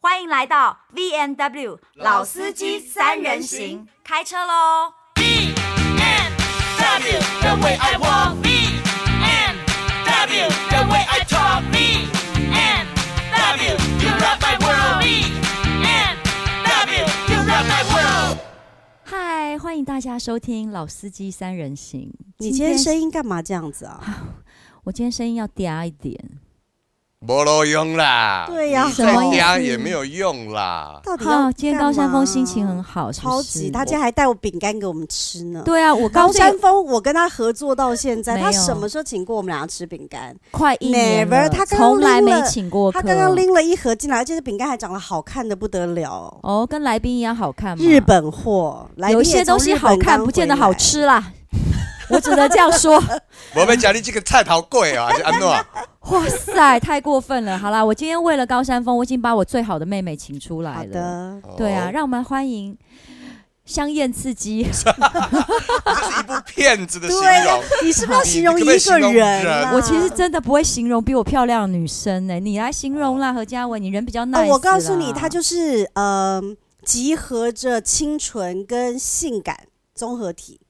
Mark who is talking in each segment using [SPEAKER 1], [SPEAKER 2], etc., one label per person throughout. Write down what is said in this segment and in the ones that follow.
[SPEAKER 1] 欢迎来到 V N W 老司机三人行，开车喽！
[SPEAKER 2] B and W, the way I walk. B and W, the way I talk. B and W, you rock my world. B and W, you rock my world.
[SPEAKER 1] 嗨，欢迎大家收听《老司机三人行》。
[SPEAKER 3] 你今天声音干嘛这样子啊？
[SPEAKER 1] 我今天声音要嗲一点，
[SPEAKER 4] 没路用啦，
[SPEAKER 3] 对呀
[SPEAKER 4] 你再
[SPEAKER 1] 什么意思
[SPEAKER 4] 嗲也没有用啦。
[SPEAKER 3] 到底要干
[SPEAKER 1] 好，
[SPEAKER 3] 嘛
[SPEAKER 1] 今天高山峰心情很好，是不
[SPEAKER 3] 超
[SPEAKER 1] 是
[SPEAKER 3] 级，他今天还带我饼干给我们吃呢。
[SPEAKER 1] 对啊，我
[SPEAKER 3] 高
[SPEAKER 1] 高
[SPEAKER 3] 山
[SPEAKER 1] 山
[SPEAKER 3] 峰，我跟他合作到现在，
[SPEAKER 1] 没有
[SPEAKER 3] 他什么时候请过我们俩吃饼干？
[SPEAKER 1] 快一年了
[SPEAKER 3] Never，他刚刚
[SPEAKER 1] 从来没
[SPEAKER 3] 拎了
[SPEAKER 1] 请过客。
[SPEAKER 3] 他刚刚拎了一盒进来，而且这饼干还长得好看的不得了，
[SPEAKER 1] 哦，跟来宾一样好看吗？
[SPEAKER 3] 日本货。来
[SPEAKER 1] 嗯有一
[SPEAKER 3] 宾也
[SPEAKER 1] 些
[SPEAKER 3] 从
[SPEAKER 1] 东西
[SPEAKER 3] 日本
[SPEAKER 1] 好看，
[SPEAKER 3] 刚
[SPEAKER 1] 不见得
[SPEAKER 3] 回来
[SPEAKER 1] 好。吃啦。 我只能这样说。
[SPEAKER 4] 我被讲你这个菜头贵啊，还是安诺啊？
[SPEAKER 1] 哇塞，太过分了！好啦，我今天为了高山峰，我已经把我最好的妹妹请出
[SPEAKER 3] 好
[SPEAKER 1] 来了。
[SPEAKER 3] 的，
[SPEAKER 1] 对啊，让我们欢迎香艳刺激。
[SPEAKER 4] 哦，这是一部骗子的形
[SPEAKER 3] 对呀
[SPEAKER 1] 啊
[SPEAKER 4] 容。
[SPEAKER 3] 你是不是要形容
[SPEAKER 4] 你可不可
[SPEAKER 3] 一
[SPEAKER 4] 以形
[SPEAKER 3] 个
[SPEAKER 4] 容
[SPEAKER 3] 人 啊？
[SPEAKER 4] 人
[SPEAKER 1] 哎我其实真的不会形容比我漂亮的女生呢、你来形容啦，何嘉文，你人比较 nice 啦、
[SPEAKER 3] 哦，我告诉你，他就是呃，集合着清纯跟性感综合体。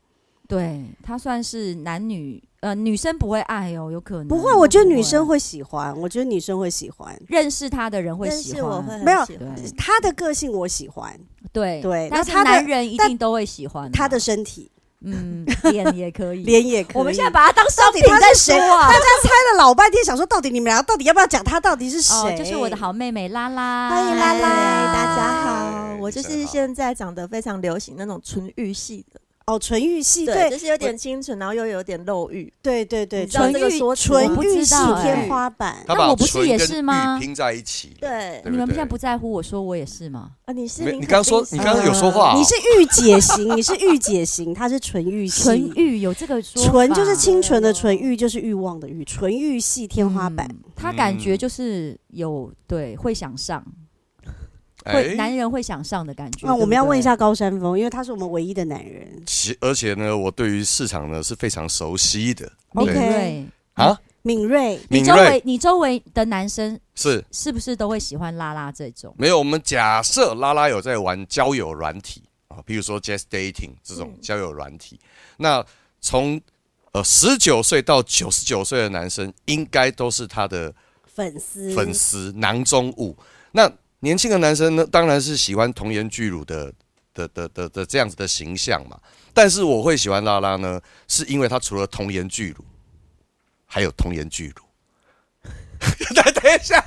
[SPEAKER 1] 对他算是男女呃女生不会爱哦，有可能
[SPEAKER 3] 不会，我觉得女生会喜欢，我觉得女生会喜欢。
[SPEAKER 1] 认识他的人会喜欢，
[SPEAKER 3] 没有
[SPEAKER 1] 对
[SPEAKER 3] 他的个性我喜欢，
[SPEAKER 1] 对
[SPEAKER 3] 对
[SPEAKER 1] 但
[SPEAKER 3] 那
[SPEAKER 1] 是
[SPEAKER 3] 他的
[SPEAKER 1] 男人一定都会喜欢啊
[SPEAKER 3] 他的身体
[SPEAKER 1] 嗯脸也可以。
[SPEAKER 3] 脸也可以。
[SPEAKER 1] 我们现在把他当商
[SPEAKER 3] 到
[SPEAKER 1] 品
[SPEAKER 3] 底他
[SPEAKER 1] 在
[SPEAKER 3] 是谁？
[SPEAKER 1] 说
[SPEAKER 3] 大
[SPEAKER 1] 啊
[SPEAKER 3] 家！猜了老半天，想说到底你们俩到底要不要讲他到底是谁？
[SPEAKER 1] 哦，就是我的好妹妹拉拉，
[SPEAKER 5] 欢迎拉拉，大家
[SPEAKER 4] 哎
[SPEAKER 5] 好，我就
[SPEAKER 4] 真
[SPEAKER 5] 是
[SPEAKER 4] 好
[SPEAKER 5] 现在长得非常流行那种纯欲系的，
[SPEAKER 3] 哦，纯欲系，
[SPEAKER 5] 就
[SPEAKER 3] 对
[SPEAKER 5] 是有点清纯，然后又有点露欲，
[SPEAKER 3] 对对对，
[SPEAKER 5] 你知道
[SPEAKER 3] 纯
[SPEAKER 5] 这个
[SPEAKER 3] 欲
[SPEAKER 5] 说辞吗
[SPEAKER 3] 纯
[SPEAKER 1] 我不
[SPEAKER 3] 欲
[SPEAKER 1] 知
[SPEAKER 3] 系
[SPEAKER 1] 道哎
[SPEAKER 3] 天花板。
[SPEAKER 4] 他
[SPEAKER 1] 那
[SPEAKER 4] 把
[SPEAKER 1] 我不是
[SPEAKER 4] 纯
[SPEAKER 1] 也
[SPEAKER 4] 跟
[SPEAKER 1] 是吗
[SPEAKER 4] 玉拼在一起了。
[SPEAKER 5] 对
[SPEAKER 4] 对
[SPEAKER 1] 你们
[SPEAKER 4] 不对
[SPEAKER 1] 现在不在乎我说我也是吗？
[SPEAKER 5] 啊，你是
[SPEAKER 4] 没
[SPEAKER 5] 林
[SPEAKER 4] 你
[SPEAKER 5] 肯
[SPEAKER 4] 刚说
[SPEAKER 5] 必死
[SPEAKER 4] 你刚刚有说话啊
[SPEAKER 3] 你是御姐型，你是御姐型，他是纯欲系。
[SPEAKER 1] 纯欲有这个说法，
[SPEAKER 3] 纯就是清纯的纯，欲就是欲望的欲，纯欲系天花板。
[SPEAKER 1] 嗯他感觉
[SPEAKER 4] 嗯
[SPEAKER 1] 就是有对会想上，会
[SPEAKER 4] 哎，
[SPEAKER 1] 男人会想上的感觉。
[SPEAKER 3] 那我们要问一
[SPEAKER 1] 对
[SPEAKER 3] 下高山峰，因为他是我们唯一的男人。
[SPEAKER 4] 其而且呢，我对于市场呢是非常熟悉的。
[SPEAKER 1] 不对，
[SPEAKER 4] 对
[SPEAKER 3] OK
[SPEAKER 1] 敏锐。
[SPEAKER 3] 敏锐，
[SPEAKER 4] 啊，
[SPEAKER 1] 你
[SPEAKER 4] 敏
[SPEAKER 1] 周
[SPEAKER 4] 锐
[SPEAKER 1] 围你周围的男生
[SPEAKER 4] 是
[SPEAKER 1] 是不是都会喜欢拉拉这种？
[SPEAKER 4] 没有。我们假设拉拉有在玩交友软体啊，比如说 Just Dating 这种
[SPEAKER 1] 嗯
[SPEAKER 4] 交友软体，那从呃十九岁到九十九岁的男生，应该都是他的
[SPEAKER 3] 粉丝，
[SPEAKER 4] 粉丝囊中物。那年轻的男生呢，当然是喜欢童颜巨乳的的的的的这样子的形象嘛。但是我会喜欢拉拉呢，是因为她除了童颜巨乳，还有童颜巨乳。 等等一下，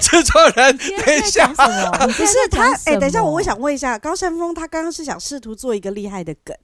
[SPEAKER 4] 制作人，等一下
[SPEAKER 1] 你现在在讲，什么？不
[SPEAKER 3] 不是他，哎、等一下，我我想问一下，高山峰他刚刚是想试图做一个厉害的梗，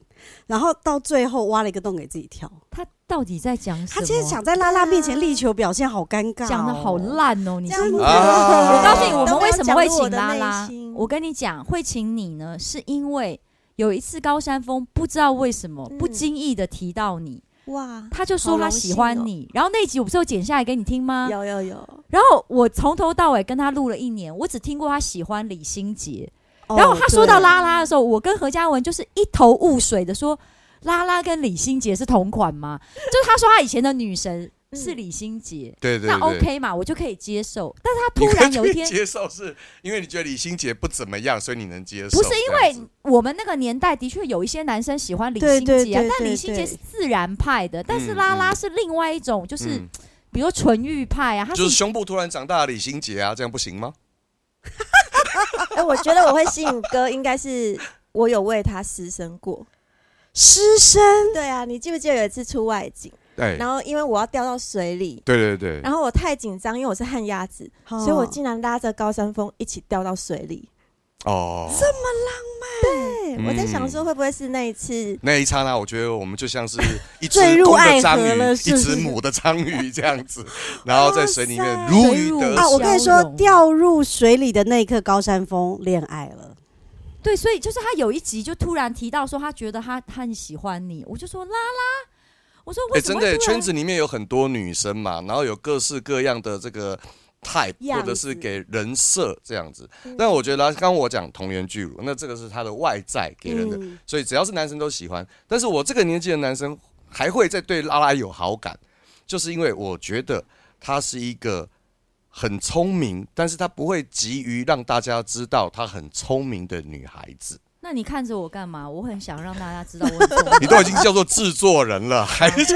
[SPEAKER 3] 然后到最后挖了一个洞给自己跳。
[SPEAKER 1] 他到底在讲什么？啊
[SPEAKER 3] 他今天想在拉拉面前力求表现，好尴尬、
[SPEAKER 1] 讲的好。烂哦，你
[SPEAKER 5] 这
[SPEAKER 1] 是
[SPEAKER 5] 样
[SPEAKER 1] 不
[SPEAKER 5] 子
[SPEAKER 1] 是
[SPEAKER 4] 啊
[SPEAKER 1] 我告诉你，
[SPEAKER 4] 都
[SPEAKER 1] 我们为什么会请
[SPEAKER 5] 都要
[SPEAKER 1] 拉
[SPEAKER 5] 讲入我的内
[SPEAKER 1] 拉
[SPEAKER 5] 心？
[SPEAKER 1] 我跟你讲，会请你呢，是因为有一次高山峰不知道为什么
[SPEAKER 5] 嗯
[SPEAKER 1] 不经意的提到你，
[SPEAKER 5] 哇，
[SPEAKER 1] 他就说他喜
[SPEAKER 3] 哦
[SPEAKER 1] 欢你。然后那一集我不是有剪下来给你听吗？
[SPEAKER 5] 有有有，
[SPEAKER 1] 然后我从头到尾跟他录了一年，我只听过他喜欢李心洁。
[SPEAKER 3] 哦
[SPEAKER 1] 然后他说到
[SPEAKER 3] 对
[SPEAKER 1] 拉拉的时候，我跟何嘉文就是一头雾水的说，拉拉跟李心洁是同款吗？就是他说他以前的女神
[SPEAKER 3] 嗯
[SPEAKER 1] 是李心洁。
[SPEAKER 4] 对对
[SPEAKER 1] 那
[SPEAKER 4] 对
[SPEAKER 1] OK 嘛，我就可以接 受。但是他突然有一天，
[SPEAKER 4] 接受是因为你觉得李心洁不怎么样，所以你能接受。
[SPEAKER 1] 不是因
[SPEAKER 4] 这样子
[SPEAKER 1] 为我们那个年代的确有一些男生喜欢李
[SPEAKER 3] 对
[SPEAKER 1] 心洁、啊，
[SPEAKER 3] 对对
[SPEAKER 1] 但
[SPEAKER 3] 对
[SPEAKER 1] 李心洁
[SPEAKER 3] 对
[SPEAKER 1] 是自然派的，但是
[SPEAKER 4] 嗯
[SPEAKER 1] 拉拉
[SPEAKER 4] 嗯
[SPEAKER 1] 是另外一种，就是、
[SPEAKER 4] 嗯
[SPEAKER 1] 比如说纯欲派啊，他
[SPEAKER 4] 就是胸部突然长大的李心洁啊，这样不行吗？
[SPEAKER 5] 哎，我觉得我会吸引哥，应该是我有为他失身过。
[SPEAKER 3] 师生，
[SPEAKER 5] 对啊，你记不记得有一次出外景，
[SPEAKER 4] 对
[SPEAKER 5] 然后因为我要掉到水里，
[SPEAKER 4] 对对对，
[SPEAKER 5] 然后我太紧张，因为我是旱鸭子，
[SPEAKER 1] 哦
[SPEAKER 3] 所
[SPEAKER 5] 所以我竟然拉着高山峰一起掉到水里。
[SPEAKER 4] 哦，
[SPEAKER 5] 对，
[SPEAKER 4] 嗯
[SPEAKER 5] 我在想说会不会是那一次
[SPEAKER 4] 那一刹那，我觉得我们就像是一只
[SPEAKER 3] 坠入
[SPEAKER 4] 公
[SPEAKER 3] 爱
[SPEAKER 4] 的
[SPEAKER 3] 河
[SPEAKER 4] 章鱼，
[SPEAKER 3] 了
[SPEAKER 4] 一
[SPEAKER 3] 是不是
[SPEAKER 4] 只母的章鱼这样子，然后在水里面
[SPEAKER 3] 哇塞
[SPEAKER 4] 如
[SPEAKER 1] 坠
[SPEAKER 4] 鱼
[SPEAKER 1] 入
[SPEAKER 4] 得
[SPEAKER 3] 啊，我
[SPEAKER 4] 水。
[SPEAKER 3] 跟你
[SPEAKER 1] 消
[SPEAKER 3] 说
[SPEAKER 1] 融，
[SPEAKER 3] 掉入水里的那一刻，高山峰恋爱了。
[SPEAKER 1] 对，所以就是他有一集就突然提到说他觉得他他很喜欢你，我就说拉拉，我说为
[SPEAKER 4] 哎，
[SPEAKER 1] 什
[SPEAKER 4] 真
[SPEAKER 1] 么、
[SPEAKER 4] 的，圈子里面有很多女生嘛，然后有各式各样的这个 type，
[SPEAKER 3] 样
[SPEAKER 4] 或
[SPEAKER 3] 子
[SPEAKER 4] 者是给人设这样子。但我觉得啊，刚刚我讲同源巨乳，那这个是他的外在给人的，
[SPEAKER 3] 嗯
[SPEAKER 4] 所以只要是男生都喜欢。但是我这个年纪的男生还会再对拉拉有好感，就是因为我觉得他是一个很聪明，但是她不会急于让大家知道她很聪明的女孩 子。
[SPEAKER 1] 那你看着我干嘛？我很想让大家知道我很聪明
[SPEAKER 4] 你都已经叫做制作人了，还是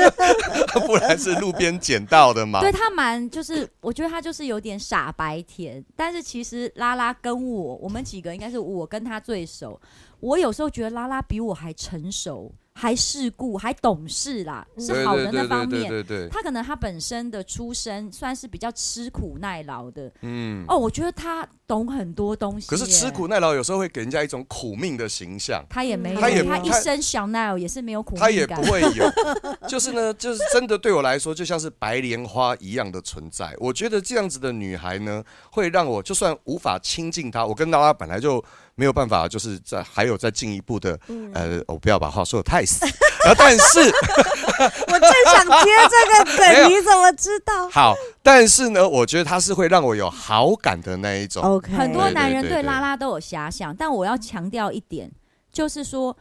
[SPEAKER 4] 不然是路边捡到的嘛？
[SPEAKER 1] 对他蛮就是，我觉得他就是有点傻白甜，但是其实拉拉跟我，我们几个应该是我跟他最熟。我有时候觉得拉拉比我还成熟，还世故，还懂事啦，是好的那方面。
[SPEAKER 4] 对对，
[SPEAKER 1] 他可能他本身的出身算是比较吃苦耐劳的
[SPEAKER 4] 嗯。
[SPEAKER 1] 哦，我觉得他懂很多东西耶。
[SPEAKER 4] 可是吃苦耐劳有时候会给人家一种苦命的形象，
[SPEAKER 1] 他也没有，
[SPEAKER 4] 他也
[SPEAKER 1] 他一
[SPEAKER 4] 他
[SPEAKER 1] 身小奈尔也是没有苦
[SPEAKER 4] 他
[SPEAKER 1] 命
[SPEAKER 4] 也
[SPEAKER 1] 感
[SPEAKER 4] 不。会有，就是呢， 就是真的对我来说，就像是白莲花一样的存在。我觉得这样子的女孩呢，会让我就算无法亲近她，我跟拉拉本来就没有办法，就是在还有再进一步的，
[SPEAKER 1] 嗯
[SPEAKER 4] 呃，我不要把话说的太死， 啊，但是
[SPEAKER 3] 我正想接这 个
[SPEAKER 4] 没有
[SPEAKER 3] 梗，你怎么知道
[SPEAKER 4] 好，但是呢，我觉得她是会让我有好感的那一种。
[SPEAKER 3] ？OK，
[SPEAKER 1] 很多
[SPEAKER 4] 对
[SPEAKER 1] 男人
[SPEAKER 4] 对
[SPEAKER 1] 对
[SPEAKER 4] 对
[SPEAKER 1] 拉拉都有遐想，但我要强调一点，就是说，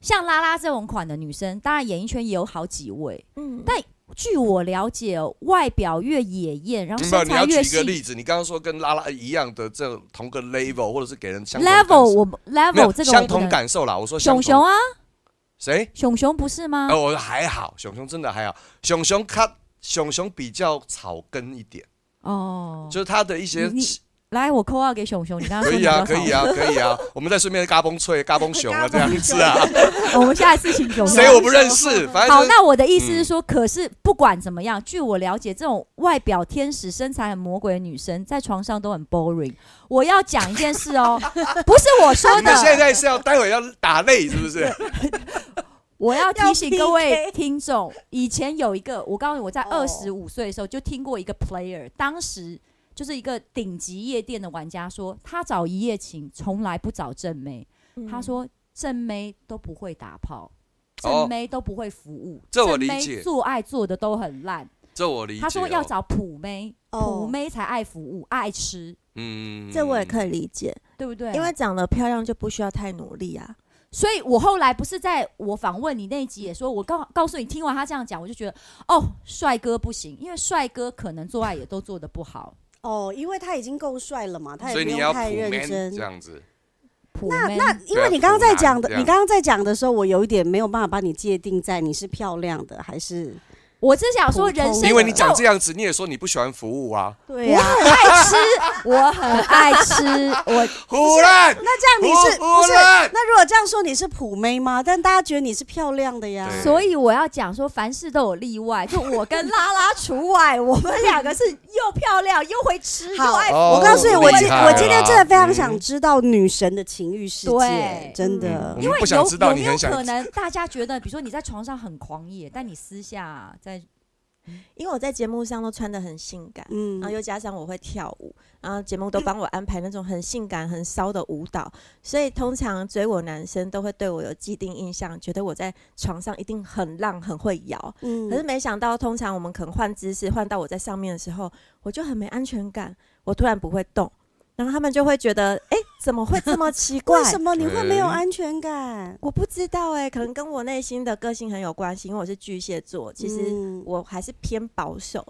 [SPEAKER 1] 像拉拉这种款的女生，当然演艺圈也有好几位。
[SPEAKER 5] 嗯，
[SPEAKER 1] 但据我了解哦，外表越野艳，然后
[SPEAKER 4] 没有，
[SPEAKER 1] 身
[SPEAKER 4] 嗯你
[SPEAKER 1] 材
[SPEAKER 4] 要举
[SPEAKER 1] 越
[SPEAKER 4] 一个
[SPEAKER 1] 细
[SPEAKER 4] 例子，你刚刚说跟拉拉一样的这种同个 level，或者是给人相同感受
[SPEAKER 1] level，我
[SPEAKER 4] 没有
[SPEAKER 1] level 这个我
[SPEAKER 4] 相
[SPEAKER 1] 不
[SPEAKER 4] 同
[SPEAKER 1] 能。
[SPEAKER 4] 感受啦。我说相
[SPEAKER 1] 熊
[SPEAKER 4] 同
[SPEAKER 1] 熊啊，
[SPEAKER 4] 谁？
[SPEAKER 1] 熊熊不是吗？
[SPEAKER 4] 哦，我还好，熊熊真的还好，熊熊他熊熊比较草根一点，
[SPEAKER 1] 哦，
[SPEAKER 4] 就是他的一些
[SPEAKER 1] 你来，我扣二给熊熊，你刚刚
[SPEAKER 4] 可
[SPEAKER 1] 说
[SPEAKER 4] 以啊，
[SPEAKER 1] 你比
[SPEAKER 4] 可
[SPEAKER 1] 较
[SPEAKER 4] 以
[SPEAKER 1] 少
[SPEAKER 4] 啊，可以啊，我们再顺便嘎嘣脆、嘎嘣熊啊这样子啊，
[SPEAKER 1] 我们下一次请熊熊。
[SPEAKER 4] 谁我不认识，反正
[SPEAKER 1] 好，
[SPEAKER 4] 就是嗯
[SPEAKER 1] 那我的意思是说，可是不管怎么样，据我了解，这种外表天使、身材很魔鬼的女生，在床上都很 boring。我要讲一件事 哦，不是我说
[SPEAKER 4] 你们现
[SPEAKER 1] 的，
[SPEAKER 4] 在是要待会要打擂是不是？
[SPEAKER 1] 我要提醒各
[SPEAKER 5] 要
[SPEAKER 1] 位
[SPEAKER 5] PK
[SPEAKER 1] 听众，以前有一个，我告诉你，我在
[SPEAKER 5] 哦
[SPEAKER 1] 二十五岁的时候就听过一个 player，当时就是一个顶级夜店的玩家说，他找一夜情从来不找正妹，
[SPEAKER 4] 嗯
[SPEAKER 5] 嗯
[SPEAKER 1] 他说正妹都不会打炮。
[SPEAKER 4] 哦
[SPEAKER 1] 正妹都不会服务，
[SPEAKER 4] 这我
[SPEAKER 1] 正
[SPEAKER 4] 理
[SPEAKER 1] 妹
[SPEAKER 4] 解
[SPEAKER 1] 做爱做的都很烂，
[SPEAKER 4] 这我理哦
[SPEAKER 1] 他说要，找普妹，
[SPEAKER 5] 哦
[SPEAKER 1] 普妹才爱服务、爱吃，
[SPEAKER 4] 嗯
[SPEAKER 5] 这我也可以理解，
[SPEAKER 1] 对不对？啊
[SPEAKER 5] 因为长得漂亮就不需要太努力啊。
[SPEAKER 1] 所以我后来不是在我访问你那一集也说，我告告诉你，听完他这样讲，我就觉得哦，帅哥不行，因为帅哥可能做爱也都做得不好。
[SPEAKER 3] 哦，因为他已经够帅了嘛，他
[SPEAKER 4] 所
[SPEAKER 3] 也
[SPEAKER 4] 以
[SPEAKER 3] 不
[SPEAKER 4] 你
[SPEAKER 3] 用
[SPEAKER 4] 要
[SPEAKER 3] 太
[SPEAKER 4] 普
[SPEAKER 3] 认
[SPEAKER 4] man
[SPEAKER 3] 真
[SPEAKER 4] 这。样子，
[SPEAKER 1] 普
[SPEAKER 3] 那
[SPEAKER 1] 妹
[SPEAKER 5] 嗯
[SPEAKER 3] 那因
[SPEAKER 4] 对啊
[SPEAKER 3] 为你刚刚在
[SPEAKER 4] 普男
[SPEAKER 3] 讲的
[SPEAKER 4] 这，样
[SPEAKER 3] 你刚刚在讲的时候，我有一点没有办法把你界定在你是漂亮的还是
[SPEAKER 1] 我只想说人
[SPEAKER 3] 普通
[SPEAKER 1] 生，
[SPEAKER 4] 因为你讲这样子，你也说你不喜欢服务啊，
[SPEAKER 3] 对
[SPEAKER 1] 我很爱吃，我很爱吃，我
[SPEAKER 4] 胡乱，
[SPEAKER 3] 那这样你是
[SPEAKER 4] 胡胡
[SPEAKER 3] 不是？
[SPEAKER 4] 乱，
[SPEAKER 3] 那如果这样说，你是普妹吗？但大家觉得你是漂亮的呀。
[SPEAKER 4] 对
[SPEAKER 1] 所以我要讲说，凡事都有例外，就我跟 拉拉除外，我们两个是又漂亮又会吃又
[SPEAKER 3] 好
[SPEAKER 1] 爱
[SPEAKER 4] 哦
[SPEAKER 3] 我告诉你，我今
[SPEAKER 4] 厉害了嗯
[SPEAKER 3] 我今天真的非常想知道女神的情欲世
[SPEAKER 1] 对
[SPEAKER 3] 界，真的
[SPEAKER 4] 嗯。
[SPEAKER 1] 因为
[SPEAKER 4] 不想
[SPEAKER 1] 有
[SPEAKER 4] 知
[SPEAKER 1] 有
[SPEAKER 4] 道你
[SPEAKER 1] 没
[SPEAKER 4] 很
[SPEAKER 1] 有
[SPEAKER 4] 想
[SPEAKER 1] 可
[SPEAKER 4] 知
[SPEAKER 1] 能大家觉得，比如说你在床上很狂野，但你私下在
[SPEAKER 5] 因为我在节目上都穿的很性感，
[SPEAKER 3] 嗯
[SPEAKER 5] 然后又加上我会跳舞，然后节目都帮 我安排那种很性感、很骚的舞蹈，所以通常追我男生都会对我有既定印象，觉得我在床上一定很浪、很会摇。可是
[SPEAKER 3] 嗯，
[SPEAKER 5] 没想到，通常我们可能换姿势，换到我在上面的时候，我就很没安全感，我突然不会动，然后他们就会觉得，哎、怎么会这么奇怪
[SPEAKER 3] 为？什么你会没有安全感？
[SPEAKER 5] 我不知道哎、可能跟我内心的个性很有关系，因为我是巨蟹座，其实
[SPEAKER 3] 嗯
[SPEAKER 5] 我还是偏保守。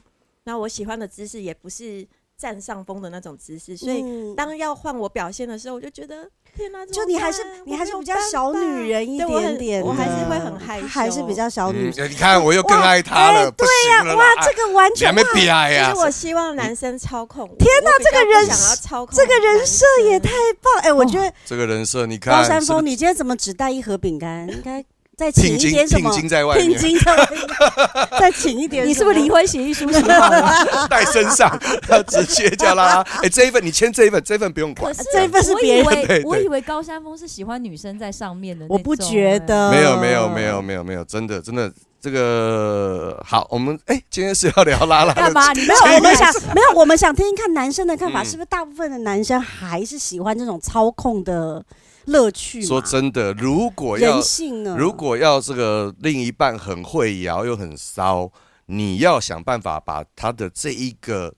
[SPEAKER 5] 那我喜欢的姿势也不是占上风的那种姿势，所以
[SPEAKER 3] 嗯
[SPEAKER 5] 当要换我表现的时候，我就觉得天哪、
[SPEAKER 3] 就你还是
[SPEAKER 5] 啊
[SPEAKER 3] 你还是比较小女人一
[SPEAKER 5] 对我很
[SPEAKER 3] 点点的，
[SPEAKER 5] 我还是会很害羞
[SPEAKER 3] 还是比较小女
[SPEAKER 4] 嗯
[SPEAKER 3] 生。，
[SPEAKER 4] 你看我又更爱他了，不行了啦，
[SPEAKER 3] 哦哇，
[SPEAKER 4] 哎
[SPEAKER 3] 这个完
[SPEAKER 4] 你
[SPEAKER 3] 全
[SPEAKER 4] 还没比爱
[SPEAKER 5] 其
[SPEAKER 4] 哎呀
[SPEAKER 5] 实？我希望男生操控我。
[SPEAKER 3] 天哪
[SPEAKER 5] 我比较
[SPEAKER 3] 这个人
[SPEAKER 5] 不想要操控
[SPEAKER 3] 这个人设也
[SPEAKER 5] 男生
[SPEAKER 3] 太棒！哎，我觉得
[SPEAKER 4] 这个人设，你看
[SPEAKER 3] 高山
[SPEAKER 4] 是不
[SPEAKER 3] 峰，
[SPEAKER 4] 是
[SPEAKER 3] 你今天怎么只带一盒饼干？应该再请
[SPEAKER 4] 聘
[SPEAKER 3] 一
[SPEAKER 4] 金
[SPEAKER 3] 点什么
[SPEAKER 4] 聘？金在外
[SPEAKER 3] 聘
[SPEAKER 4] 面
[SPEAKER 3] 金的，再请一点什么。啊
[SPEAKER 1] 你是不是离婚协议书 写好了？
[SPEAKER 4] 带身上，直接叫拉拉。哎，这一份你签这一份，这一份不用
[SPEAKER 1] 可
[SPEAKER 4] 管。
[SPEAKER 1] 是
[SPEAKER 3] 这一份是
[SPEAKER 1] 我
[SPEAKER 3] 别
[SPEAKER 1] 以
[SPEAKER 3] 人
[SPEAKER 4] 对对
[SPEAKER 1] 为我以为高山峰是喜欢女生在上面的那种，
[SPEAKER 3] 我不觉
[SPEAKER 1] 哎。
[SPEAKER 3] 得，
[SPEAKER 4] 没有没有没有。没有没有，真的真的这个好，我们哎，今天是要聊拉拉
[SPEAKER 1] 哎干
[SPEAKER 4] 的，
[SPEAKER 1] 嘛？你
[SPEAKER 3] 没
[SPEAKER 1] 没
[SPEAKER 3] 有，我
[SPEAKER 1] 有
[SPEAKER 3] 们想没有，我们想听听看男生的看法，
[SPEAKER 4] 嗯
[SPEAKER 3] 是不是大部分的男生还是喜欢这种操控的乐趣嘛？
[SPEAKER 4] 说真的，如果要
[SPEAKER 3] 人性啊呢？
[SPEAKER 4] 如果要这个另一半很会摇又很骚，你要想办法把他的这一个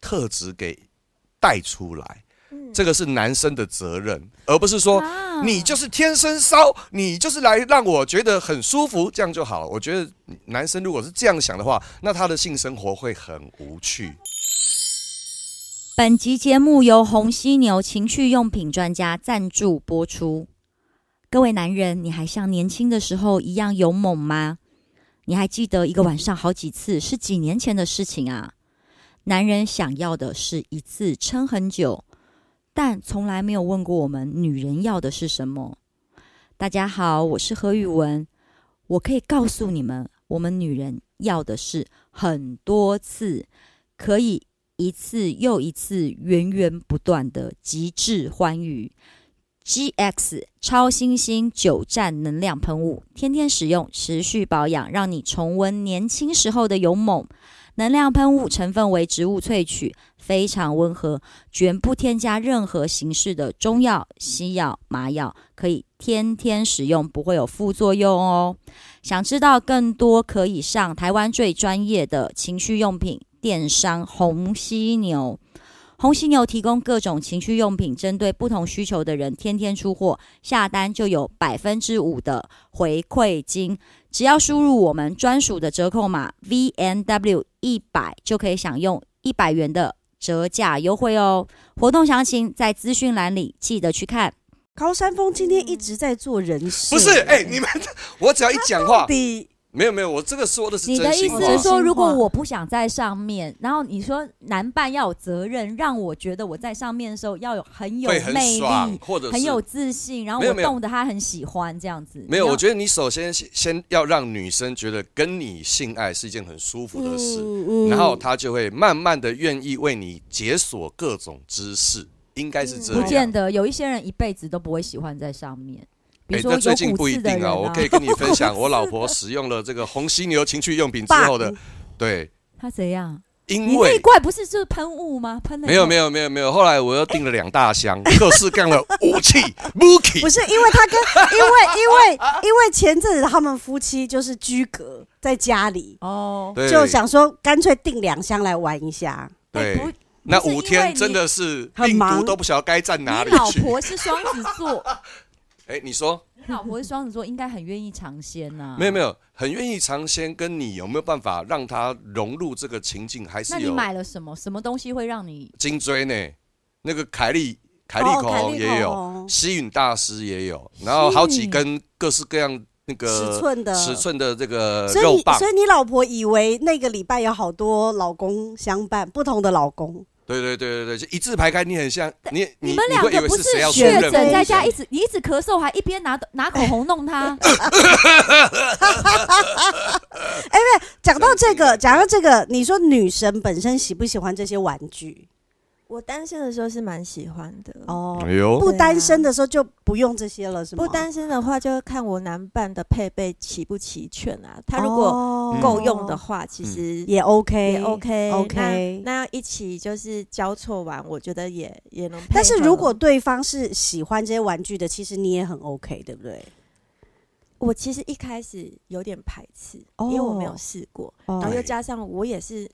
[SPEAKER 4] 特质给带出来，
[SPEAKER 5] 嗯
[SPEAKER 4] 这个是男生的责任，而不是说
[SPEAKER 1] 啊
[SPEAKER 4] 你就是天生骚，你就是来让我觉得很舒服，这样就好了。我觉得男生如果是这样想的话，那他的性生活会很无趣。
[SPEAKER 1] 本集节目由红犀牛情趣用品专家赞助播出。各位男人，你还像年轻的时候一样勇猛吗？你还记得一个晚上好几次是几年前的事情啊？男人想要的是一次撑很久，但从来没有问过我们女人要的是什么。大家好，我是何宇文，我可以告诉你们，我们女人要的是很多次，可以一次又一次源源不断的极致欢愉。GX 超新星久战能量喷雾，天天使用，持续保养，让你重温年轻时候的勇猛。能量喷雾成分为植物萃取，非常温和，绝不添加任何形式的中药、西药、麻药，可以天天使用，不会有副作用哦。想知道更多，可以上台湾最专业的情趣用品电商红犀牛。红犀牛提供各种情趣用品，针对不同需求的人，天天出货，下单就有百分之五的回馈金。只要输入我们专属的折扣码 V N W 一百，就可以享用一百元的折价优惠哦。活动详情在资讯栏里，记得去看。
[SPEAKER 3] 高山峰今天一直在做人事，
[SPEAKER 4] 不是，哎、你们， 我只要一讲话，
[SPEAKER 3] 的
[SPEAKER 4] 没有没有，我这个说的是
[SPEAKER 1] 你
[SPEAKER 4] 真
[SPEAKER 1] 的意
[SPEAKER 4] 心
[SPEAKER 1] 思
[SPEAKER 4] 话。
[SPEAKER 1] 是
[SPEAKER 5] 真心
[SPEAKER 1] 说，
[SPEAKER 5] 话
[SPEAKER 1] 如果我不想在上面，然后你说男伴要有责任，让我觉得我在上面的时候要有很有
[SPEAKER 4] 会很
[SPEAKER 1] 魅
[SPEAKER 4] 爽
[SPEAKER 1] 力，，
[SPEAKER 4] 或者是
[SPEAKER 1] 很有自信，然后
[SPEAKER 4] 没有
[SPEAKER 1] 我
[SPEAKER 4] 没有
[SPEAKER 1] 动的他很喜欢这样子。
[SPEAKER 4] 没有？
[SPEAKER 1] 你要
[SPEAKER 4] 我觉得你首先先先要让女生觉得跟你性爱是一件很舒服的事，
[SPEAKER 3] 嗯
[SPEAKER 4] 然后她就会慢慢的愿意为你解锁各种知识，应该是这
[SPEAKER 1] 不见
[SPEAKER 4] 样。
[SPEAKER 1] 得有一些人一辈子都不会喜欢在上面，比
[SPEAKER 4] 哎
[SPEAKER 1] 如，说
[SPEAKER 4] 那最近
[SPEAKER 1] 有
[SPEAKER 4] 不
[SPEAKER 1] 骨
[SPEAKER 4] 一
[SPEAKER 1] 刺的
[SPEAKER 4] 定
[SPEAKER 1] 人
[SPEAKER 4] 啊，我可以跟你 分享，我老婆使用了这个红犀牛情趣用品之后的，对，
[SPEAKER 1] 他怎样？你
[SPEAKER 4] 因
[SPEAKER 1] 那一
[SPEAKER 4] 为
[SPEAKER 1] 块不是就是喷雾吗？喷的
[SPEAKER 4] 没有没
[SPEAKER 1] 有，
[SPEAKER 4] 有没有没有，后来我又订了两大 箱，各式各样的武器武器
[SPEAKER 3] 不。是因为他跟因为因为因为前阵子他们夫妻就是居隔在家里，
[SPEAKER 1] 哦，
[SPEAKER 4] 对
[SPEAKER 3] 就想说干脆订两箱来玩一下。
[SPEAKER 1] 哎
[SPEAKER 4] 对
[SPEAKER 1] 不
[SPEAKER 4] 那
[SPEAKER 1] 不是因
[SPEAKER 4] 五
[SPEAKER 1] 为
[SPEAKER 4] 天
[SPEAKER 1] 你
[SPEAKER 4] 真的是
[SPEAKER 3] 很
[SPEAKER 4] 病毒
[SPEAKER 3] 忙
[SPEAKER 4] 都不晓得该站哪
[SPEAKER 1] 你
[SPEAKER 4] 里
[SPEAKER 1] 老
[SPEAKER 4] 去。
[SPEAKER 1] 婆是双子座，
[SPEAKER 4] 哎，你说
[SPEAKER 1] 你老婆是双子座，应该很愿意尝鲜啊呐。
[SPEAKER 4] 没有没有，很愿意尝鲜，跟你有没有办法让他融入这个情境，还
[SPEAKER 1] 那
[SPEAKER 4] 是
[SPEAKER 1] 你
[SPEAKER 4] 有
[SPEAKER 1] 买了什么？什么东西会让你
[SPEAKER 4] 金锥呢？那个凯利凯利
[SPEAKER 3] 哦
[SPEAKER 4] 口红也
[SPEAKER 3] 口
[SPEAKER 4] 有，
[SPEAKER 3] 红
[SPEAKER 4] 吸引大师也有，然后好几根各式各样那
[SPEAKER 3] 尺
[SPEAKER 4] 个
[SPEAKER 3] 寸的，
[SPEAKER 4] 尺寸的这个
[SPEAKER 3] 所以
[SPEAKER 4] 肉
[SPEAKER 3] 你
[SPEAKER 4] 棒
[SPEAKER 3] 所，以你老婆以为那个礼拜有好多老公相伴，不同的老公，
[SPEAKER 4] 对对对对对，就一字排开，你很像你
[SPEAKER 1] 你
[SPEAKER 4] 你
[SPEAKER 1] 们
[SPEAKER 4] 你
[SPEAKER 1] 两
[SPEAKER 4] 会以
[SPEAKER 1] 个
[SPEAKER 4] 为
[SPEAKER 1] 不
[SPEAKER 4] 谁要出
[SPEAKER 1] 确
[SPEAKER 4] 任
[SPEAKER 1] 诊
[SPEAKER 4] 务
[SPEAKER 1] 在家一直你一直咳嗽，还一边拿拿口红弄 他，
[SPEAKER 3] 讲到这
[SPEAKER 4] 真
[SPEAKER 3] 个，
[SPEAKER 4] 的
[SPEAKER 3] 讲到这个，你说女生本身喜不喜欢这些玩具？
[SPEAKER 5] 我单身的时候是蛮喜欢的哦。
[SPEAKER 3] 哦，
[SPEAKER 4] 哎呦，
[SPEAKER 3] 不单身的时候就不用这些了，是吗？
[SPEAKER 5] 不单身的话，就看我男伴的配备齐不齐全啊。他如果
[SPEAKER 3] 果
[SPEAKER 5] 够用
[SPEAKER 3] 嗯
[SPEAKER 5] 的话，
[SPEAKER 4] 嗯
[SPEAKER 5] 其实
[SPEAKER 3] 哦也 OK，
[SPEAKER 5] 也哎 OK 那
[SPEAKER 3] OK
[SPEAKER 5] 那要一起就是交错玩，我觉得也也能配合。
[SPEAKER 3] 但是如果对方是喜欢这些玩具的，其实你也很 OK，对不对？
[SPEAKER 5] 我其实一开始有点排斥，
[SPEAKER 3] 哦
[SPEAKER 5] 因为我没有试过，
[SPEAKER 3] 哦
[SPEAKER 5] 然后又
[SPEAKER 4] 对
[SPEAKER 5] 加上我也是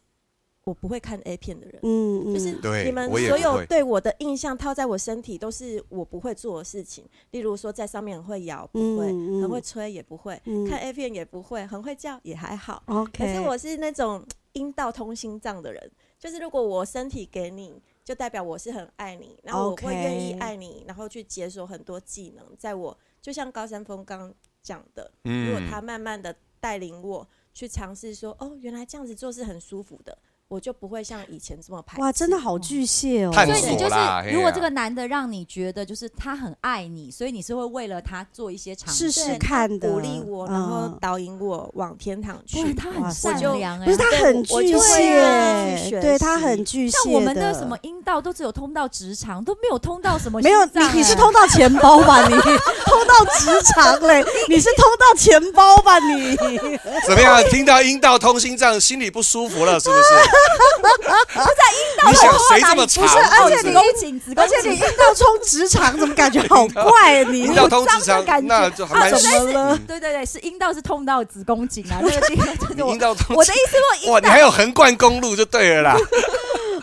[SPEAKER 5] 我不会看 A 片的人，
[SPEAKER 3] 嗯嗯，
[SPEAKER 5] 就是
[SPEAKER 4] 对
[SPEAKER 5] 你们
[SPEAKER 4] 我也
[SPEAKER 5] 所
[SPEAKER 4] 不
[SPEAKER 5] 有
[SPEAKER 4] 会
[SPEAKER 5] 对我的印象套在我身体都是我不会做的事情，例如说在上面很会摇，不会；
[SPEAKER 3] 嗯嗯
[SPEAKER 5] 很会吹也不会，
[SPEAKER 3] 嗯
[SPEAKER 5] 看 A 片也不会，很会叫也还好。
[SPEAKER 3] OK。
[SPEAKER 5] 可是我是那种阴道通心脏的人，就是如果我身体给你，就代表我是很爱你，然后我
[SPEAKER 3] OK
[SPEAKER 5] 会愿意爱你，然后去解锁很多技能。在我就像高山峰刚讲的，如
[SPEAKER 1] 嗯
[SPEAKER 5] 果
[SPEAKER 4] 嗯
[SPEAKER 5] 他慢慢的带领我去尝试说，哦，原来这样子做是很舒服的，我就不会像以前这么排斥。
[SPEAKER 3] 哇，真的好巨蟹哦！
[SPEAKER 4] 探
[SPEAKER 1] 所
[SPEAKER 4] 索
[SPEAKER 1] 以你就是
[SPEAKER 4] 啦嘿呀
[SPEAKER 1] 如果这个男的让你觉得就是他很爱你，所以你是会为了他做一些尝
[SPEAKER 3] 试
[SPEAKER 1] 试，
[SPEAKER 3] 试看的，
[SPEAKER 5] 鼓励我，然后
[SPEAKER 3] 嗯
[SPEAKER 5] 导引我往天堂去。
[SPEAKER 1] 对他很
[SPEAKER 3] 哇
[SPEAKER 1] 善
[SPEAKER 5] 我就
[SPEAKER 1] 良哎、
[SPEAKER 3] 不是他很
[SPEAKER 5] 我
[SPEAKER 3] 巨
[SPEAKER 5] 就会让他去
[SPEAKER 3] 蟹，
[SPEAKER 5] 学
[SPEAKER 3] 对
[SPEAKER 5] 习
[SPEAKER 3] 他很巨蟹。
[SPEAKER 1] 像我们的什么阴道都只有通到直肠，都没有通到什么
[SPEAKER 3] 没有
[SPEAKER 1] 心
[SPEAKER 3] 你
[SPEAKER 1] 脏，
[SPEAKER 3] 你
[SPEAKER 1] 哎
[SPEAKER 3] 是 通到钱包吧？你通到职场嘞？你是通到钱包吧？你
[SPEAKER 4] 怎么样？听到阴道通心脏，心里不舒服了，是不是？ 不是阴道，你想谁这么长？
[SPEAKER 3] 不是而且
[SPEAKER 1] 子
[SPEAKER 3] 你
[SPEAKER 1] 宫颈，子宫
[SPEAKER 3] 而且你
[SPEAKER 1] 颈
[SPEAKER 3] 阴道冲职场，怎么感觉好怪？啊你
[SPEAKER 4] 阴道通直
[SPEAKER 1] 脏的感
[SPEAKER 4] 肠，
[SPEAKER 1] 觉
[SPEAKER 4] 那就还
[SPEAKER 1] 啊
[SPEAKER 4] 蛮
[SPEAKER 1] 怎
[SPEAKER 3] 怎么了？
[SPEAKER 1] 对对对，是阴道是通到子宫颈啊，那个地方就是我
[SPEAKER 4] 阴道通
[SPEAKER 1] 我的意思，
[SPEAKER 4] 哇，
[SPEAKER 1] 我阴
[SPEAKER 4] 你
[SPEAKER 1] 道
[SPEAKER 4] 还有横贯公路就对了啦。